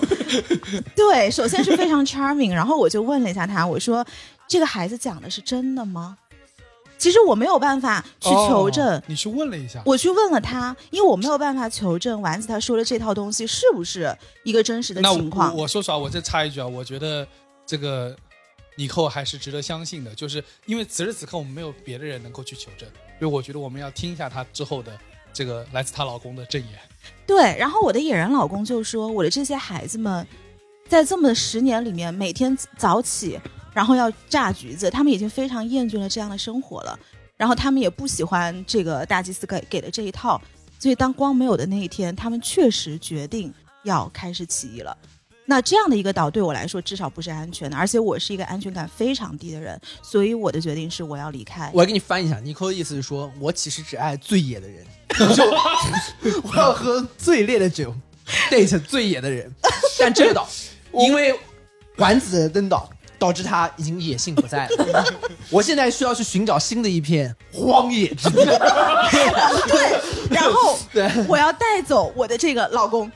G: 对，首先是非常 charming，然后我就问了一下他，我说这个孩子讲的是真的吗？其实我没有办法去
D: 哦
G: 求证。
D: 你去问了一下。
G: 我去问了他，因为我没有办法求证丸子他说的这套东西是不是一个真实的
D: 那
G: 情况。
D: 我我说实话，我这插一句啊，我觉得这个以后还是值得相信的，就是因为此时此刻我们没有别的人能够去求证，所以我觉得我们要听一下她之后的这个来自她老公的证言。
G: 对，然后我的野人老公就说，我的这些孩子们，在这么十年里面，每天早起，然后要榨橘子，他们已经非常厌倦了这样的生活了，然后他们也不喜欢这个大祭司给给的这一套，所以当光没有的那一天，他们确实决定要开始起义了。那这样的一个岛对我来说至少不是安全的，而且我是一个安全感非常低的人，所以我的决定是我要离开。
E: 我来给你翻译一下，尼克的意思是说，我其实只爱最野的人，就 [laughs] 我要喝最烈的酒，date 最野的人。但这个岛，因为丸子的登岛，导致他已经野性不在 [laughs] 了。我现在需要去寻找新的一片荒野之 [laughs]
F: [laughs]
E: 地。
G: 对，然后
E: [laughs] 对
G: 我要带走我的这个老公，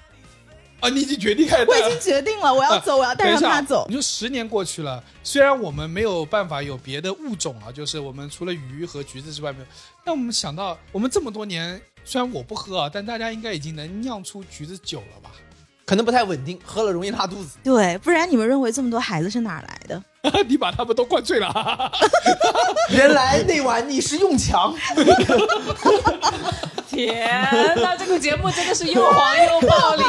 D: 啊，你已经决定开始带
G: 我
D: 了，
G: 已经决定了，我要走，我要带上他
D: [laughs] 等一下
G: 走
D: 你。说十年过去了，虽然我们没有办法有别的物种啊，就是我们除了鱼和橘子之外没有，但我们想到我们这么多年，虽然我不喝啊，但大家应该已经能酿出橘子酒了吧？ [laughs]
E: 可能不太稳定，喝了容易拉肚子。
G: [laughs] 对，不然你们认为这么多孩子是哪儿来 [laughs] 的？
D: 你把他们都灌醉了，
E: [laughs]
D: [laughs]
E: 原来那晚你是用强，
F: 天呐，这个节目真的是又黄又暴力。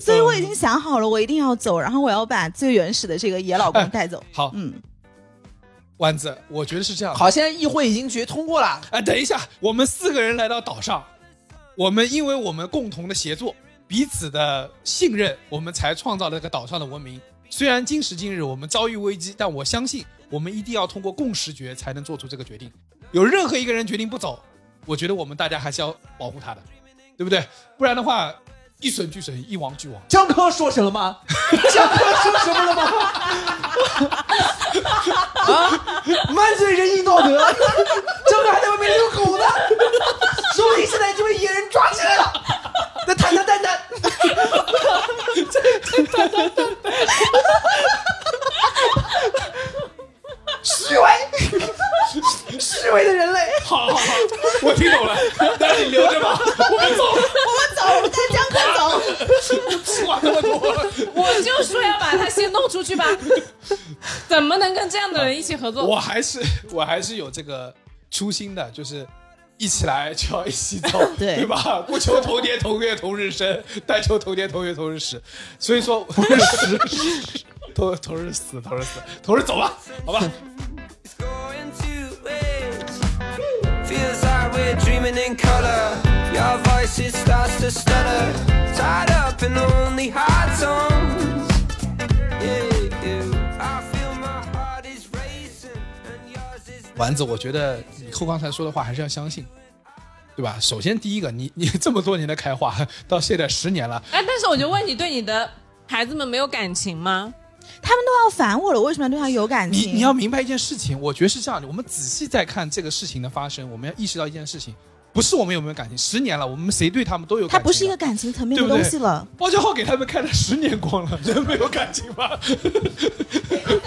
G: 所以我已经想好了，我一定要走，然后我要把最原始的这个野老公带走。
D: 好，
G: [laughs] 嗯，
D: 丸子，我觉得是这样的。
E: 好，现在议会已经决通过了。
D: 哎，等一下，我们四个人来到岛上，我们因为我们共同的协作，彼此的信任，我们才创造了这个岛上的文明。虽然今时今日我们遭遇危机，但我相信我们一定要通过共识决才能做出这个决定。有任何一个人决定不走，我觉得我们大家还是要保护他的，对不对？不然的话，一损俱损，一亡俱亡。
E: 江科说什么了 [laughs] 吗？江科说什么了吗？啊！满嘴仁义道德，江科还在外面遛狗呢，说不定现在就被野人抓起来了。那谈谈谈 [laughs] 谈，虚伪，虚伪的人类。
D: 好好好，我听懂了，那你留着吧，我们走了，
G: 我走，我带江哥走。
D: 管那么多了。
F: 我就说要把他先弄出去吧，怎么能跟这样的人一起合
D: 我
F: 作？
D: 还是 [laughs] 我还是有这个初心的，就是一起来就要一起 [laughs] 走，
G: 对
D: 吧？不求同年同月同日生，但求同年同月同日死。所以说，同日死， [laughs] 同同日死，同日死，同日走吧，好吧。
C: It's going two ways. Feels like we're dreaming in color. Your voice it starts to stutter. Tied up in only hot zones. Yeah, yeah. I feel my heart is racing, and yours is.
D: 丸子，我觉得你扣刚才说的话还是要相信，对吧？首先第一个，你你 [laughs] 这么多年的开化，到现在十年了，
F: 哎，但是我就问你，对你的孩子们没有感情吗？
G: 他们都要烦我了，为什么要对他有感
D: 你
G: 情？
D: 你要明白一件事情，我觉得是这样的，我们仔细再看这个事情的发生，我们要意识到一件事情，不是我们有没有感情，十年了，我们谁对他们都有感情
G: 它
D: 的。
G: 不是一个感情层面
D: 对不
G: 的
D: 对
G: 东西 [laughs] 了。
D: 包家浩给他们开了十年光了， [laughs] 人没有感情吗？ [laughs]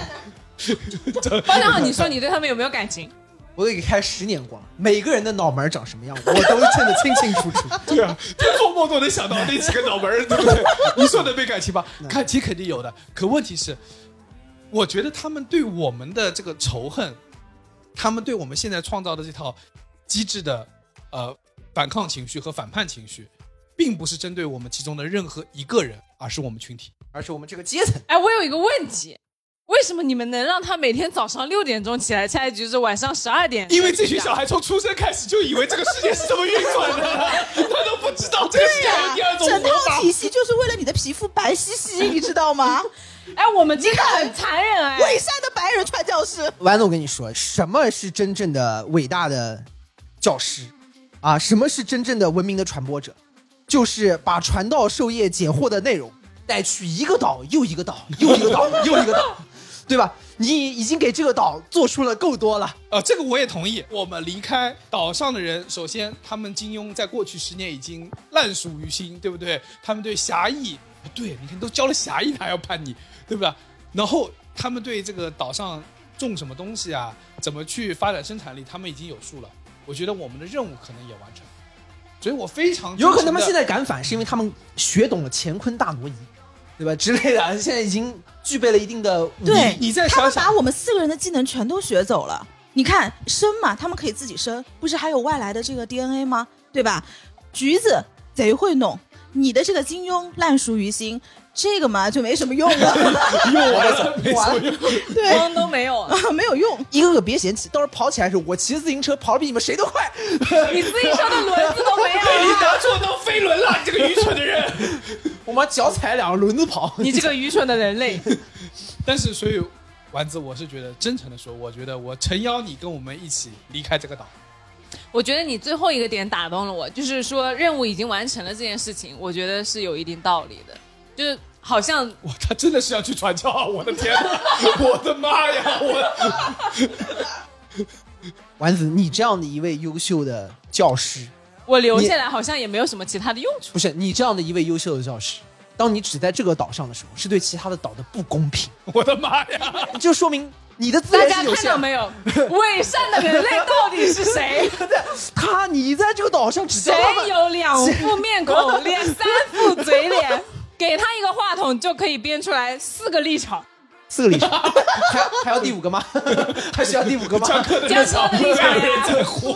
F: 包然浩，你说你对他们有没有感情？
E: 我给开十年光，每个人的脑门儿长什么样，我都称得清清楚楚。
D: 对啊，他做梦都能想到那几个脑门儿，对不对？你说能没感情吗？感情肯定有的，可问题是，我觉得他们对我们的这个仇恨，他们对我们现在创造的这套机制的呃反抗情绪和反叛情绪，并不是针对我们其中的任何一个人，而是我们群体。
E: [laughs] 而且我们这个阶层，
F: 哎，我有一个问题，为什么你们能让他每天早上六点钟起来拆橘子，晚上十二点？
D: 因为这群小孩从出生开始就以为这个世界是这么运转的，他都不知道这个世界有第二种
G: 整
D: 活法
G: 套。体系就是为了你的皮肤白皙 [laughs] 皙，你知道吗？
F: 哎，我们真的很残忍哎。
G: 伪善的白人传教士，
E: 丸子，我跟你说，什么是真正的伟大的教师啊？什么是真正的文明的传播者？就是把传道授业解惑的内容带去一个岛又一个岛，又一个岛又一个岛，对 [laughs] 吧？你已经给这个岛做出了够多了。
D: 呃，这个我也同意。我们离开岛上的人，首先他们金庸在过去十年已经烂熟于心，对不对？他们对侠义，不对，你看都教了侠义，他还要叛逆，对吧？然后他们对这个岛上种什么东西啊，怎么去发展生产力，他们已经有数了。我觉得我们的任务可能也完成，所以我非常
E: 有可能他
D: 真诚地
E: 们现在敢反，是因为他们学懂了乾坤大挪移，对吧？之类的，现在已经具备了一定的武艺
G: 对
D: 你再
G: 他
D: 想
G: 们
D: 想
G: 把我们四个人的技能全都学走了。你看生嘛，他们可以自己生，不是还有外来的这个 DNA 吗？对吧？橘子贼会弄，你的这个金庸烂熟于心，这个嘛就没什么用
D: [laughs]
G: 了，
D: 用完了，没什么用。
G: 对，
D: 哦
G: 啊
F: 光都没
D: [laughs]
F: 有，
G: 没有用。
E: 一个个别嫌弃，到时候跑起来的时候，我骑着自行车跑得比你们谁都快。
F: 你自己车的轮子都没有
D: 你
F: 了。 [laughs]
D: 拿出我当飞轮了，你这个愚蠢的人！
E: 我妈脚踩两个轮子跑。
F: 你这个愚蠢的人类， [laughs]
D: 但是，所以丸子，我是觉得真诚的说，我觉得我诚邀你跟我们一起离开这个岛。
F: 我觉得你最后一个点打动了我，就是说任务已经完成了这件事情，我觉得是有一定道理的，就是好像
D: 哇，他真的是要去传教啊！我的天哪，我的妈呀！我
E: 丸子，你这样的一位优秀的教师，
F: 我留下来好像也没有什么其他的用处。
E: 不是你这样的一位优秀的教师，当你只在这个岛上的时候，是对其他的岛的不公平，
D: 我的妈呀！
E: 就说明你的资
F: 大
E: 源
F: 家
E: 是有
F: 看到
E: 限
F: 没
E: 的。
D: [laughs]
F: 有？伪善的人类到底是谁？
E: 他，你在这个岛上只教
F: 谁
E: 他们
F: 有两副面孔，脸三副嘴脸？给他一个话筒就可以编出来四个立场，
E: 四个立场，还还要第五个吗？ [laughs] 还需要第五个吗？
D: 江科的
F: 江
D: 那场
F: 科的
D: 没
F: 立场
D: 有
F: 哎呀
D: 人在乎。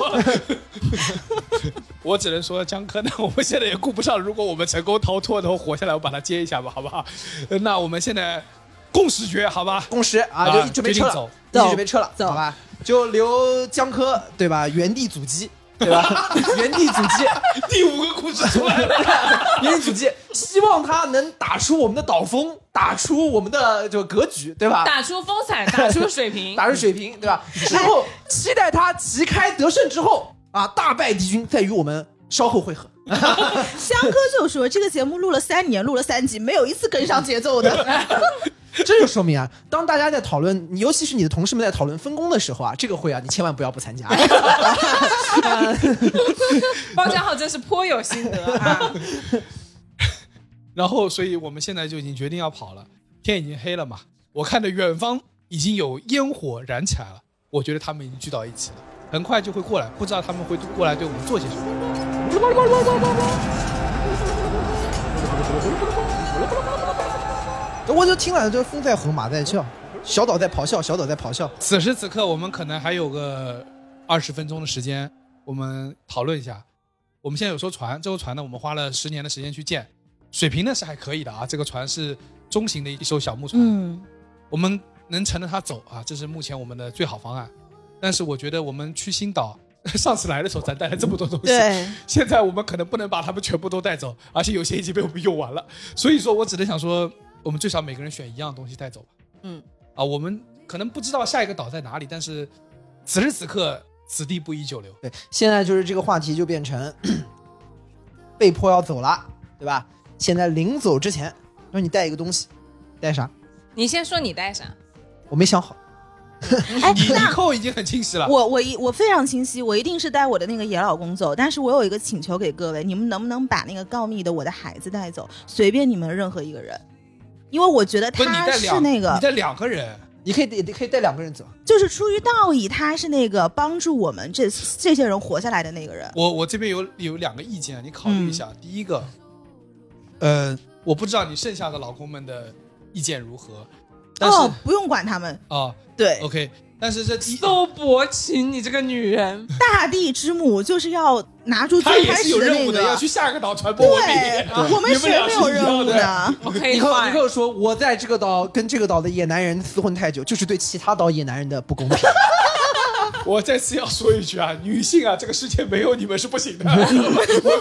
D: 我只能说，江科呢，我们现在也顾不上。如果我们成功逃脱能活下来，我把他接一下吧，好不好？呃那我们现在共识决，好吧？
E: 共识啊，
D: 啊
E: 就准备
D: 决定
E: 撤
D: 走
E: 了，一起准备撤了，好吧？就留江科对吧？原地阻击。对吧？原地阻击，
D: 第五个故事出来了。
E: 原地阻击，希望他能打出我们的岛风，打出我们的这个格局，对吧？
F: 打出风采，打出水 [laughs] 平。
E: 打入水平，对吧？之后期待他旗开得胜之后啊，大败敌军，再与我们稍后会合。
G: 香哥就说这个节目录了三年，录了三集，没有一次跟上节
D: [laughs]
G: 奏的。
E: 这就说明啊，当大家在讨论，尤其是你的同事们在讨论分工的时候啊，这个会啊，你千万不要不参加。 [laughs]
F: 包家浩真是颇有心得啊！
D: 然后，所以我们现在就已经决定要跑了，天已经黑了嘛。我看着远方已经有烟火燃起来了，我觉得他们已经聚到一起了，很快就会过来，不知道他们会过来对我们做些什么。
E: 我就听了，这风在吼，马在叫，小岛在咆哮，小岛在咆哮。
D: 此时此刻，我们可能还有个二十分钟的时间，我们讨论一下。我们现在有艘船，这艘船呢，我们花了十年的时间去建，水平呢是还可以的啊。这个船是中型的一艘小木船，
G: 嗯，
D: 我们能乘着它走啊，这是目前我们的最好方案。但是我觉得我们去新岛， [laughs] 上次来的时候咱带了这么多东西，
G: 对，
D: 现在我们可能不能把它们全部都带走，而且有些已经被我们用完了。所以说我只能想说，我们最少每个人选一样东西带走吧。
F: 嗯，
D: 啊，我们可能不知道下一个岛在哪里，但是此时此刻，此地不宜久留。
E: 对，现在就是这个话题就变成被迫要走了，对吧？现在临走之前，让你带一个东西，带啥？
F: 你先说你带啥？
E: 我没想好。
D: [laughs]
G: 哎，
D: 你你
G: 那
D: 扣已经很清 [laughs] 晰了，
G: 我我一我非常清晰，我一定是带我的那个野老公走。但是我有一个请求给各位，你们能不能把那个告密的我的孩子带走？随便你们任何一个人，因为我觉得
D: 不是你
G: 他
D: 带
G: 是
D: 两，
G: 那个
D: 你，带两个人，
E: 你可以带，可以带两个人走。啊
G: 就是出于道义，他是那个帮助我们这这些人活下来的那个人。
D: 我我这边有有两个意见，你考
G: 嗯
D: 虑一下。第一个，呃，我不知道你剩下的老公们的意见如何，但是
G: 哦
D: 啊、，
G: 不用管他们，对，
D: o k 但是这第一，
F: 都博群，你这个女人，
G: 大地之母就是要拿出
D: 他
G: 最
D: 也
G: 开
D: 是
G: 始
D: 有
G: 的
D: 任
G: 那
D: 务的，要
G: 个。
D: 去下一个岛传播啊文
G: 对
D: 明。，
G: 我们谁没有任务
D: 你们俩
G: 呢？
F: 我可
E: 尼
F: 以
E: 克尼
F: 换。
E: 克说，我在这个岛跟这个岛的野男人厮混太久，就是对其他岛野男人的不公平。
D: [laughs] 我再次要说一句啊，女性啊，这个世界没有你们是不行的，
G: [laughs]
D: 文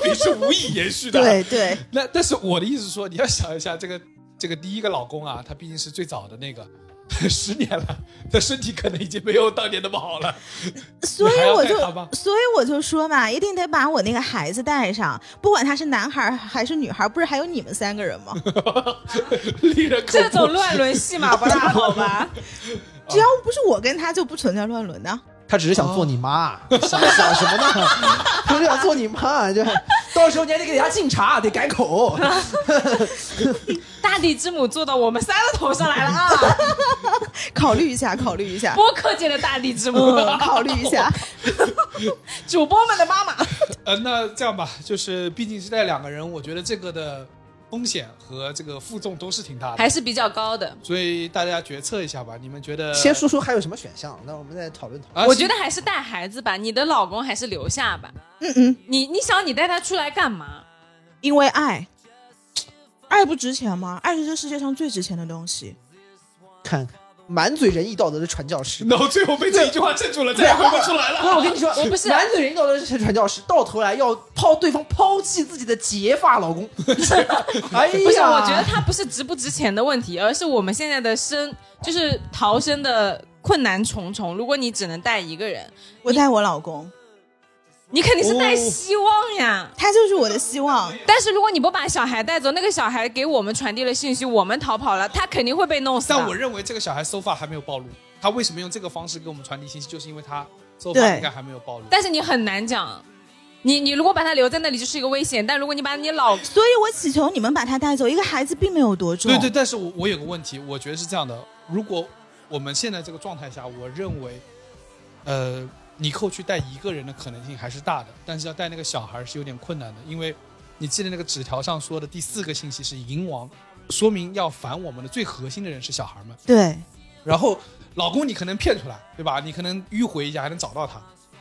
D: 明是无以延续的。
G: 对对，
D: 那但是我的意思是说，你要想一下这个这个第一个老公啊，他毕竟是最早的那个，十年了，他身体可能已经没有当年那么好了。
G: 所以
D: 你还要
G: 我
D: 带
G: 就
D: 他吗
G: 所以我就说嘛，一定得把我那个孩子带上，不管他是男孩儿还是女孩儿，不是还有你们三个人
D: [laughs]
G: 吗？
D: 令人恐
F: 这
D: 怖
F: [laughs] 种。乱伦戏码不大好吧？
G: 只要不是我跟他，就不存在乱伦的。
E: 他只是想做你妈，想想什么呢？ [laughs] 他是想做你妈，就 [laughs] 到时候你还得给人家敬茶，得改口。
F: 大地之母坐到我们三个头上来了啊！
G: 考虑
D: [laughs]
G: 一下，考虑一下，
F: 播客界的大地之母， [laughs]
G: 嗯，考虑一下。
F: 主播们的妈妈。
D: 呃，那这样吧，就是毕竟是带两个人，我觉得这个的风险和这个负重都是挺大的，
F: 还是比较高的。
D: 所以大家决策一下吧。你们觉得？
E: 先说说还有什么选项，那我们再讨论讨论。
D: 啊，
F: 我觉得还是带孩子吧，你的老公还是留下吧。
G: 嗯嗯，
F: 你你想你带他出来干嘛？
G: 因为爱，爱不值钱吗？爱是这世界上最值钱的东西。
E: 看看，满嘴仁义道德的传教士。
D: 然后最后被这一句话镇住了，再也回不出来
F: [laughs]
E: 不是，
D: 了。
E: 我跟你说，
F: 啊我不是
E: 满嘴仁义道德的传教士，到头来要抛对方抛弃自己的结发老公。 [laughs] 哎呀，
F: 不是，我觉得他不是值不值钱的问题，而是我们现在的生就是逃生的困难重重。如果你只能带一个人，
G: 我带我老公，
F: 你肯定是
D: 哦
F: 带希望呀。
G: 他就是我的希望。
F: 但是如果你不把小孩带走，那个小孩给我们传递了信息，我们逃跑了，他肯定会被弄死的。
D: 但我认为这个小孩 so far 还没有暴露，他为什么用这个方式给我们传递信息，就是因为他 so
G: 对
D: far 应该还没有暴露。
F: 但是你很难讲，你你如果把他留在那里就是一个危险，但如果你把你老 [laughs]
G: 所以我祈求你们把他带走。一个孩子并没有多重，
D: 对对，但是我我有个问题，我觉得是这样的：如果我们现在这个状态下，我认为，呃，你扣去带一个人的可能性还是大的，但是要带那个小孩是有点困难的，因为你记得那个纸条上说的第四个信息是银王，说明要反我们的最核心的人是小孩们。
G: 对
D: 然后老公你可能骗出来，对吧？你可能迂回一下还能找到他，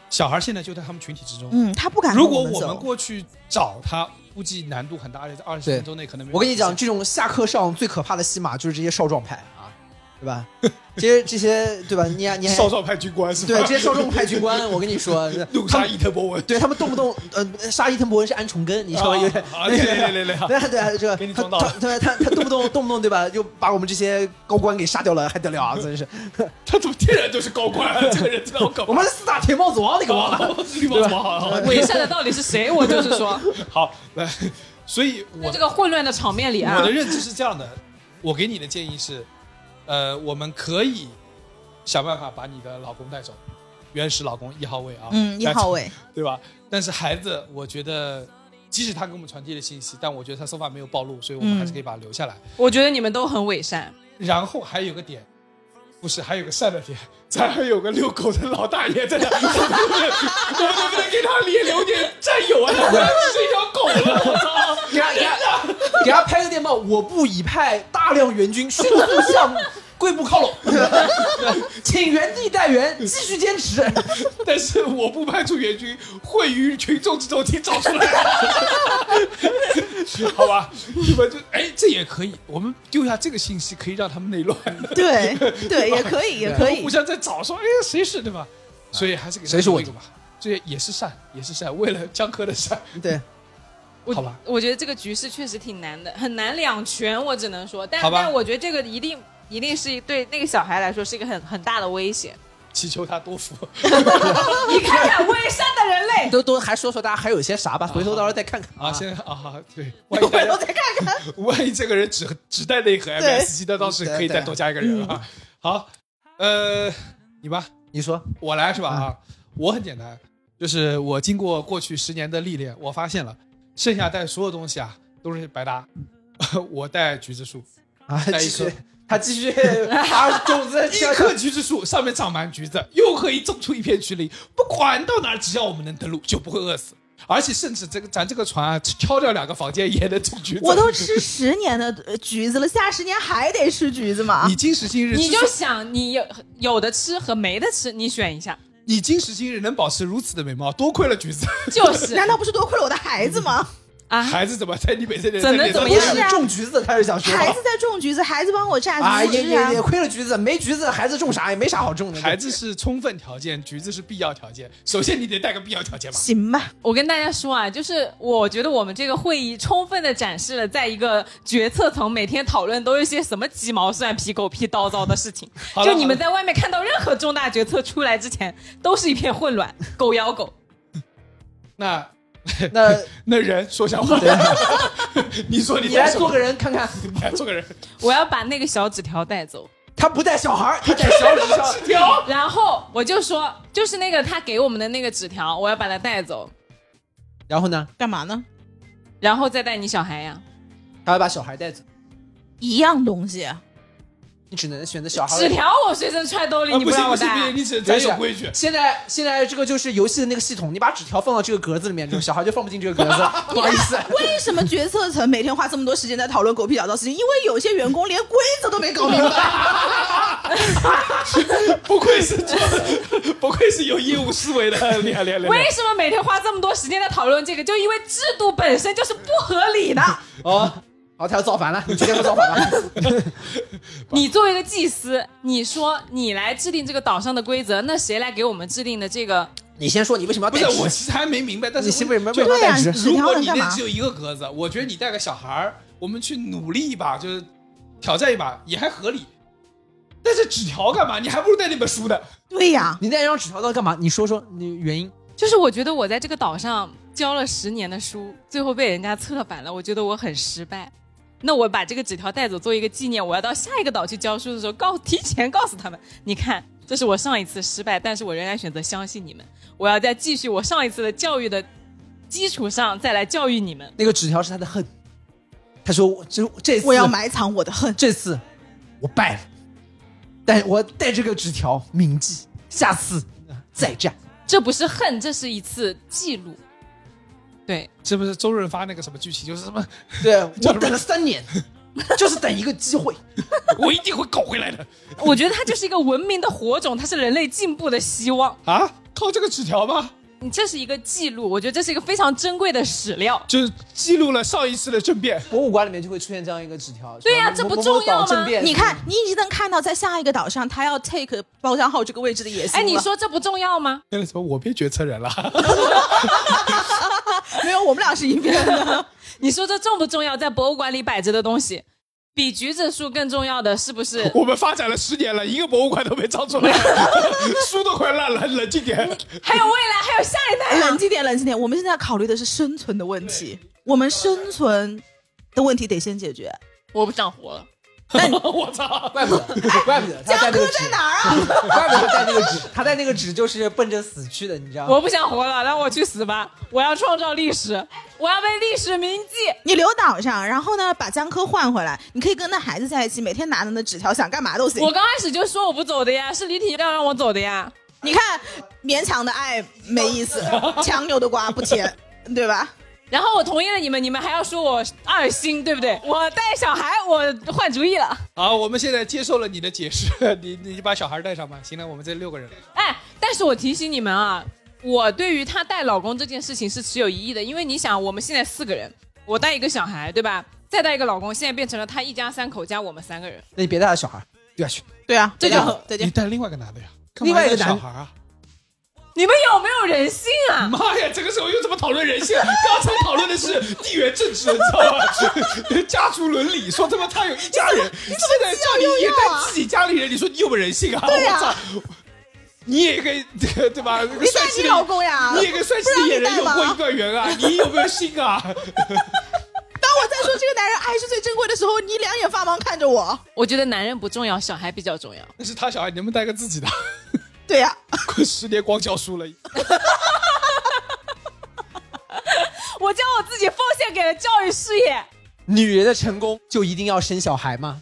D: 小孩现在就在他们群体之中。
G: 嗯，他不敢跟
D: 如果
G: 们
D: 我
G: 走
D: 们过去找他，估计难度很大，而且在二十
E: 对
D: 分钟内可能没有
E: 我跟你
D: 实现
E: 讲，这种下课上最可怕的戏码就是这些少壮派啊，对吧？这些这些对吧？你还你还
D: 少壮派军官是吧？
E: 对这些
D: [laughs]
E: 啊少壮派军官，我跟你说，
D: 怒
E: 他
D: 杀
E: 们
D: 伊特博文，
E: 对他们动不动呃杀伊藤博文是安重根，你知道吗？有点 [laughs]
D: 啊对对对对对
E: 对对，这个
D: 给你
E: 他
D: 撞到
E: 他他他他动不动动不动对吧，就把我们这些高官给杀掉了，还得了啊！真是，
D: 他怎么天然就是高官啊？这个人真的好搞
E: 我们是四大铁帽子王，你给忘了？
D: 绿帽子好好好
F: 围上的到底是谁，我就是说，
D: 好来，所以
F: 在
D: 我
F: 这个混乱的场面里啊
D: 我的，认知是这样的，我给你的建议是，呃，我们可以想办法把你的老公带走，原始老公一号位啊，
G: 嗯一
D: [laughs]
G: 号位，
D: 对吧？但是孩子，我觉得。即使他给我们传递了信息，但我觉得他手法没有暴露，所以我们还是可以把他留下来。
F: 我觉得你们都很伪善。
D: 然后还有个点，不是还有个善的点，咱还有个遛狗的老大爷在那，我们能不能给他也留点占有啊？他不然只是一条狗了，我操！
E: 给他给他给他拍个电报，我部已派大量援军迅速向贵部 [laughs] 靠拢，请原地待援，继续坚持。
D: 但是我不派出援军，会于群众之中请找出来，好吧？你们就哎，这也可以，我们丢下这个信息可以让他们内乱，
G: 对对，也可以，也可以
D: 互。相在找说，哎，谁是对吧？所以还是给他
E: 谁是我
D: 留一个吧，这也是善，也是善，为了江科的 [laughs] 善，
E: [laughs] 对，
F: 我
D: 好吧
F: 我觉得这个局势确实挺难的，很难两全，我只能说，但
D: 好吧
F: 但我觉得这个一定一定是对那个小孩来说是一个很很大的威胁。 [laughs]
D: 祈求他多 [laughs] 福。
F: 你看看伪善的人类，
E: 都都还说说大家还有些啥吧，回头到时候再看看
D: 啊，现在啊，对，万一大家再看看，万一这个人只只带内核 MS 机，那倒是可以再多加一个人啊。好，呃，你吧，
E: 你说
D: 我来是吧？啊，我很简单，就是我经过过去十年的历练，我发现了，剩下带所有东西啊都是白搭。 [laughs] 我带橘子树，
E: 啊，
D: 再一
E: 继
D: 颗
E: 续，他继续把种 [laughs] 子
D: 一
E: 跳
D: 棵橘子树上面长满橘子，又可以种出一片橘林。不管到哪儿，只要我们能登陆，就不会饿死。而且甚至这个咱这个船啊，敲掉两个房间也能种 [laughs] 橘子。
G: 我都吃十年的呃橘子了，下十年还得吃橘子吗
D: 你？今时今日，
F: 你就想你有有的吃和没的吃，你选一下，
D: 你今时今日能保持如此的美貌，多亏了橘子。
F: 就是
G: 难道不是多亏了我的孩子吗？
F: 啊，
D: 孩子怎么在你每天在
F: 怎能
D: 脸上
F: 怎么
E: 不
F: 样
E: 是种橘子，他是想说
G: 孩子在种橘子，孩子帮我榨
E: 啊，
G: 橘
E: 也
G: 子汁啊
E: 也也亏了橘子，没橘子孩子种啥也没啥好种的。
D: 孩子是充分条件，橘子是必要条件。首先你得带个必要条件吧。
G: 行吧，
F: 我跟大家说啊，就是我觉得我们这个会议充分的展示了，在一个决策层每天讨论都是些什么鸡毛蒜皮、狗屁叨叨的事情。
D: 好了
F: 就你们在外面看到任何重大决策出来之前，都是一片混乱，狗咬狗。
D: 那
E: 那
D: [laughs] 那人说瞎话， [laughs] 你说你
E: 你来
D: 带什么
E: 做个人看看，
D: 你来做个人，
F: 我要把那个小纸条带走，
E: 他不带小孩儿，他带小 [laughs] 纸条。
F: 然后我就说，就是那个他给我们的那个纸条，我要把它带走，
E: 然后呢，
G: 干嘛呢？
F: 然后再带你小孩呀。
E: 他要把小孩带走，
G: 一样东西，
E: 你只能选择小孩儿。
F: 纸条我随身揣兜里，
D: 啊
F: 你
D: 不行
F: 让
D: 不
F: 我
D: 行不
F: 带
D: 行，。你只能
E: 真
D: 咱
E: 是
D: 有规矩。
E: 现在现在这个就是游戏的那个系统，你把纸条放到这个格子里面，就小孩就放不进这个格子，
D: [laughs]
E: 不好意思。
G: 为什么决策层每天花这么多时间在讨论狗屁倒灶事情？因为有些员工连规则都没搞明白。
D: 不愧是做， [laughs] 不愧是有业务思维的， [laughs] 厉害厉害厉害！
F: 为什么每天花这么多时间在讨论这个？就因为制度本身就是不合
D: [laughs]
F: 理的。
E: 哦，好，他要造反了，你决定要造反了。
F: 你作为一个祭司，你说你来制定这个岛上的规则，那谁来给我们制定的这个？
E: 你先说你为什么要
D: 不
E: 带
D: 是
E: 纸？，
D: 我其实还没明白，但是
E: 你先为什么
D: 就
E: 为什么要
G: 对呀
E: 带纸？
G: 纸
D: 如
G: 条
D: 果
G: 能
D: 你
G: 干
D: 那
G: 嘛
D: 只有一个格子，我觉得你带个小孩儿，我们去努力一把，就是挑战一把也还合理。但是纸条干嘛？你还不如带那本书呢。
G: 对呀，
E: 你带一张纸条到底干嘛？你说说你原因。
F: 就是我觉得我在这个岛上教了十年的书，最后被人家策反了，我觉得我很失败。那我把这个纸条带走做一个纪念，我要到下一个岛去教书的时候，告提前告诉他们，你看，这是我上一次失败，但是我仍然选择相信你们，我要再继续我上一次的教育的基础上再来教育你们。
E: 那个纸条是他的恨，他说我这这次
G: 我要埋藏我的恨。
E: 这次我败了，但我带这个纸条铭记，下次再战。
F: 这不是恨，这是一次记录。对，
D: 是不是周润发那个什么剧情？就是什么， [laughs]
E: 对我等了三年，就是等一个机会。
D: 我一定会搞回来的
F: 我觉得它就是一个文明的火种，它是人类进步的希望。
D: 啊！靠这个纸条吗？
F: 你这是一个记录，我觉得这是一个非常珍贵的史料。
D: 就是记录了上一次的政变。
E: 博物馆里面就会出现这样一个纸条。
F: 对呀
E: 什么
F: 这不
E: 某
F: 重要吗
E: 某岛政变
G: 你看，你已经能看到在下一个岛上，他要 take 包厢号这个位置的野心
F: 哎，
G: 了。
F: 你说这不重要吗？
D: 那个什么，我变决策人了。
G: 没有？我们俩是一边的。
F: 你说这重不重要？在博物馆里摆着的东西，比橘子树更重要的是
D: [laughs]
F: 不 [laughs] 是？
D: 我们发展了十年了，一个博物馆都没造 [laughs] 出来，书都快烂了，冷静点。
F: 还有未来，还有下一代
G: 哎冷
F: 啊！
G: 静点，冷静点。我们现在考虑的是生存的问题，我们生存的问题得先解决。
F: 我不想活了。
D: 我操！
E: 怪不得，怪不得他带那个纸，
G: 哪儿啊？
E: 怪不得他带那个纸，他带那个纸就是奔着死去的，你知道吗？
F: 我不想活了，让我去死吧！我要创造历史，我要被历史铭记。
G: 你留岛上，然后呢，把江科换回来。你可以跟那孩子在一起，每天拿着那纸条，想干嘛都行
F: 我。刚开始就说我不走的呀，是李体要让我走的呀。
G: 你看，勉强的爱没
D: [laughs]
G: 意思，强扭的瓜不甜，对吧？
F: 然后我同意了你们，你们还要说我二心，对不对？我带小孩，我换主意了。
D: 好，我们现在接受了你的解释， [laughs] 你你把小孩带上吧。行了，我们这六个人了，
F: 哎，但是我提醒你们啊，我对于她带老公这件事情是持有疑义的，因为你想，我们现在四个人，我带一个小孩，对吧？再带一个老公，现在变成了她一家三口加我们三个人。
E: 那你别带他小孩，对去。
G: 对啊，
F: 这就
G: 然后再
D: 你
G: 见。
D: 哎带另外一个男的呀？
E: 另外一个
D: 干嘛
E: 男
D: 带小孩啊？
F: 你们有没有人性啊？
D: 妈呀，这个时候又怎么讨论人性？ [laughs] 刚才讨论的是地缘政治，你知道吗？家族伦理，说他妈他有一家人，现在叫你也带自己家里人，你说你有没有人性啊？
G: 对呀
D: 我操！你也跟对吧？你啊
G: 你带你老公呀？
D: 你也跟帅气的野人有过一段缘啊？你有没有心啊？
G: 当我在说这个男人爱是最珍贵的时候，你两眼发盲看着我。
F: 我觉得男人不重要，小孩比较重要。
D: 那是他小孩，你能不能带个自己的？ [laughs]
G: 对呀、
D: 滚十年光脚输了，
F: 我将我自己奉献给了教育事 [laughs] 业。
E: 女人的成功就一定要生小孩 [laughs] 吗？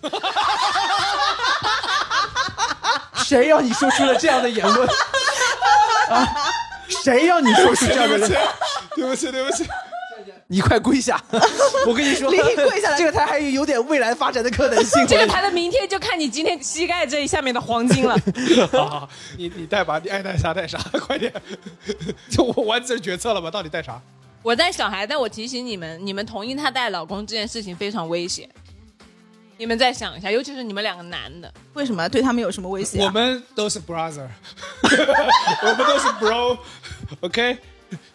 E: 谁让你说出了这样的言论？啊，谁让你说出这样的
D: 对不
E: 言
D: 起
E: 论？，
D: 对不起，对不起。
E: 你快跪下！我跟你说，
G: 立刻跪下来
E: 这个台还有点未来发展的可能性。
F: 这个台的明天就看你今天膝盖这一下面的黄金 [laughs] 了。
D: [laughs] 好好，好你你带吧，你爱带啥带 [laughs] 啥，快点！就我完成决策了吧？到底带啥？
F: 我带小孩，但我提醒你们，你们同意她带老公这件事情非常危险。你们再想一下，尤其是你们两个男的，
G: 为什么对他们有什么威胁、
D: 我
G: 啊？
D: 们都是 brother，我们都是 [laughs] bro，OK、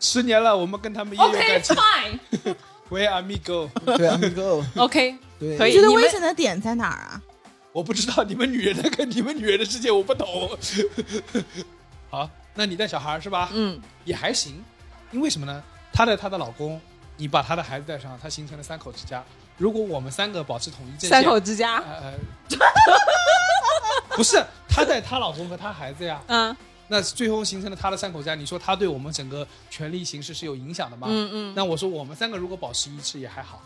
D: 十年了，我们跟他们也有
F: OK
D: 感情。
F: fine，OK，、
D: We are amigo。
E: 对，amigo， [laughs]
F: [laughs] OK，
E: 嗯对
F: 可
G: 你
F: 以。
G: 觉得
F: 哎你们
G: 危险的点在哪儿啊？
D: 我不知道你们女人的跟你们女人的世界我不懂。 [laughs] 好，那你带小孩是吧？
F: [laughs] 嗯，
D: 也还行，因为什么呢？她带她的老公，你把她的孩子带上，她形成了三口之家。如果我们三个保持统一阵线，
F: 三口之家，
D: 呃， [laughs] 呃不是她带她老公和她孩子呀，
F: 嗯
D: 那最后形成了她的三口之家。你说她对我们整个权力形势是有影响的吗？
F: 嗯嗯，
D: 那我说我们三个如果保持一致也还好，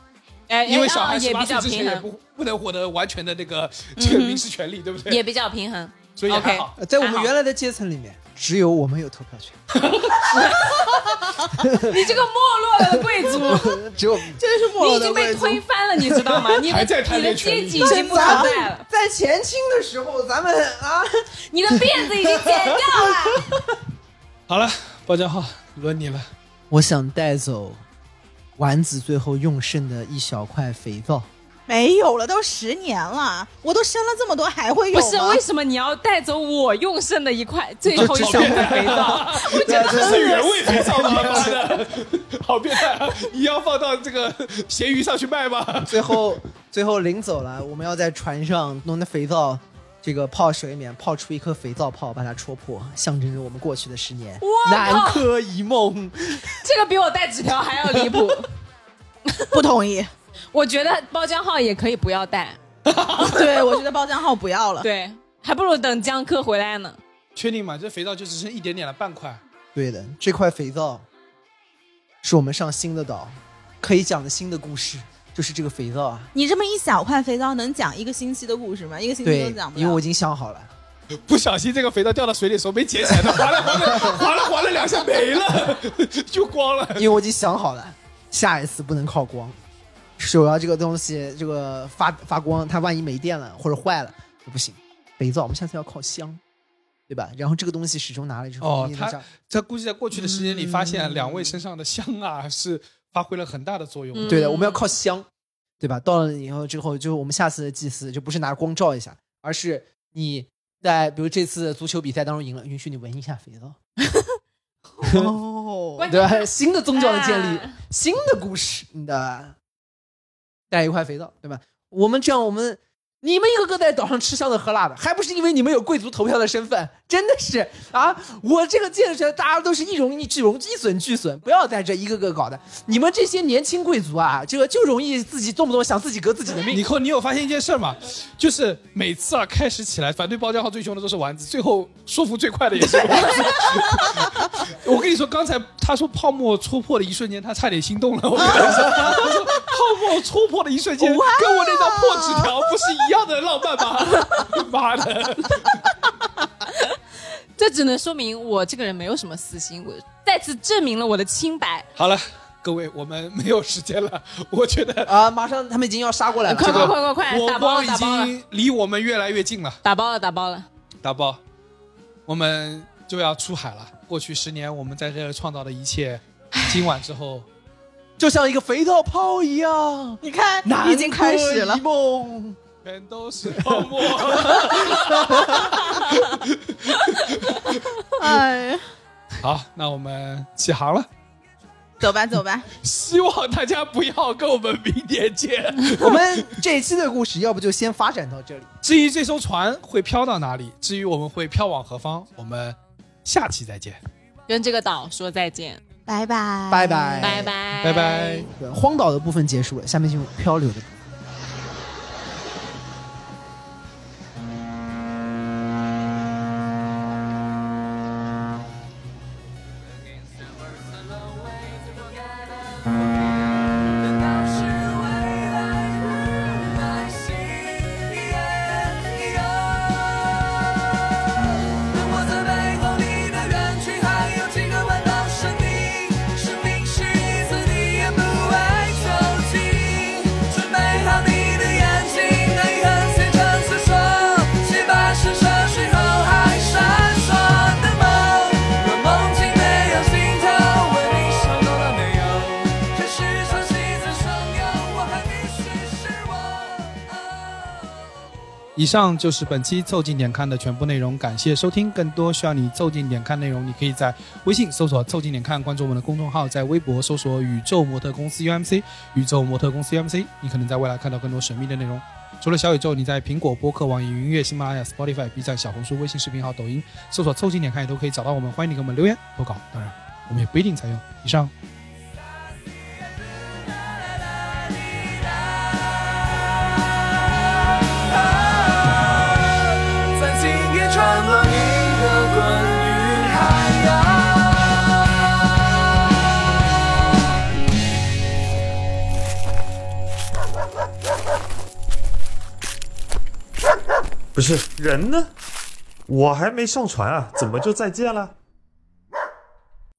F: 哎，
D: 因为
F: 哎
D: 小
F: 啊
D: 孩十
F: 也
D: 八
F: 比
D: 岁
F: 较
D: 之前
F: 平
D: 也
F: 衡，嗯
D: 不不能获得完全的那个这个民事权利，对不对？
F: 也比较平衡。
D: 所以还
F: OK
D: 好。
E: 呃在我
F: 还
E: 们
F: 好
E: 原来的阶层里面，只有我们有投票权，
F: [laughs] 你这个没落了的
D: [laughs]
F: 贵族，
E: 只有
G: 这就是没
F: 你
G: 落
F: 已
G: 的
F: 经被
G: 贵族。
F: 推翻了，你知道吗？你的
D: [laughs] 还在贪
F: 你的
D: 恋权
F: 阶
D: 力
F: 级已经不存在了，
E: 在前清的时候，咱们啊，
F: 你的辫子已经剪
D: [laughs]
F: 掉了。
D: 好了，包家浩，轮你了。
E: 我想带走丸子最后用剩的一小块肥皂。
G: 没有了，都十年了，我都生了这么多，还会有
F: 不
G: 吗
F: 是，为什么你要带走我用剩的一块最后一
E: 就
F: 小块肥皂？ [laughs]
E: [laughs]
F: 我觉得
D: 这是原味肥皂吗？妈的， [laughs] 好变态、啊！你要放到这个咸鱼上去卖吗？
E: 最后，最后临走了，我们要在船上弄的肥皂，这个泡水里面泡出一颗肥皂泡，把它戳破，象征着我们过去的十年
F: 我靠
E: 南柯一梦。
F: 这个比我带纸条还要离谱。
G: 不
F: [laughs]
G: 同意。
F: 我觉得包浆号也可以不要带，
G: 对，我觉得包浆号不要了。
F: 哦对，还不如等江科回来呢。
D: 确定吗？这肥皂就只剩一点点了，半块。
E: 对的，这块肥皂是我们上新的岛可以讲的新的故事，就是这个肥皂啊。
G: 你这么一小块肥皂能讲一个星期的故事吗？一个星期
E: 对
G: 都讲，不
E: 因为我
G: 了
E: 已。经想好了。
D: 不小心这个肥皂掉到水里的时候没捡起来的，划了划了划了划了两下没了， [laughs] 就光了。
E: 因为我已经想好了，下一次不能靠光。手摇这个东西，这个发发光，它万一没电了或者坏了就不行。肥皂我们下次要靠香，对吧？然后这个东西始终拿了之后，
D: 哦
E: 一定
D: 它
E: 能上
D: 他估计在过去的时间里，发现两位身上的香啊是发挥了很大的作用。
F: 嗯
E: 对的，我们要靠香，对吧？到了以后之后，就我们下次的祭祀就不是拿光照一下，而是你在比如这次足球比赛当中赢了，允许你闻一下肥皂，
G: 哦，
D: 啊
E: 对吧？新的宗教的建立，
F: 啊
E: 新的故事，你的带一块肥皂，对吧？我们这样，我们你们一个个在岛上吃香的喝辣的，还不是因为你们有贵族投票的身份？真的是啊！我这个建设，大家都是一荣一俱荣，一损俱损，不要在这一个个搞的。你们这些年轻贵族啊，这个就容易自己动不动想自己革自己的命。
D: 你寇，你有发现一件事儿吗？就是每次啊，开始起来反对包浆号最凶的都是丸子，最后说服最快的也
F: [laughs]
D: 是丸子。我跟你说，刚才他说泡沫戳破的一瞬间，他差点心动了。我跟你说，他说泡沫戳破的一瞬间，跟我那张破纸条不是一样的浪漫吗？ [laughs] 妈的！
F: 这只能说明我这个人没有什么私心，我再次证明了我的清白。
D: 好了，各位，我们没有时间了，我觉得。
E: 啊，马上他们已经要杀过来了，
F: 快
E: 这
F: 快
E: 个
F: 快快快，
D: 我
F: 哎打包
D: 光
F: 了
D: 已
F: 打包了，
D: 经离我们越来越近了，
F: 打包了打包了。
D: 打包，我们就要出海了。过去十年我们在这创造的一切，今晚之后
E: 就像一个肥皂泡一样，
G: 你看，已经开始
E: 南
G: 了
E: 柯一。梦。
D: [laughs] 全都是泡沫。
G: 哎，
D: [laughs] 好，那我们起航了，
G: 走吧，走吧。
D: [laughs] 希望大家不要跟我们明年见。
E: 我们这一期的故事，要不就先发展到这里。
D: 至于这艘船会飘到哪里，至于我们会飘往何方，我们下期再见，
F: 跟这个岛说再见，
G: 拜拜，
E: 拜拜
F: 拜拜，
D: 哎拜拜。
E: 对荒岛的部分结束了，下面进入漂流的部分。
C: 路过在北风里的园区，还有几个弯道生命。生命是一次体验，不爱抽筋。准备好你的眼睛，泪痕随着诉说，洁白是涉水后还闪烁的梦。若梦境没有尽头，问你收到了没有？可是潮汐在汹涌，我还必须是啊我。
D: 以上就是本期《凑近点看》的全部内容，感谢收听。更多需要你凑近点看内容，你可以在微信搜索“凑近点看”，关注我们的公众号，在微博搜索“宇宙模特公司 UMC”，宇宙模特公司 UMC，你可能在未来看到更多神秘的内容。除了小宇宙，你在苹果播客、网易云音乐、喜马拉雅、Spotify、B 站、小红书、微信视频号、抖音搜索“凑近点看”也都可以找到我们。欢迎你给我们留言投稿，当然我们也不一定采用。以上。
C: 在今夜传播你的关于海洋。
A: 不是人呢？我还没上传啊，怎么就再见了？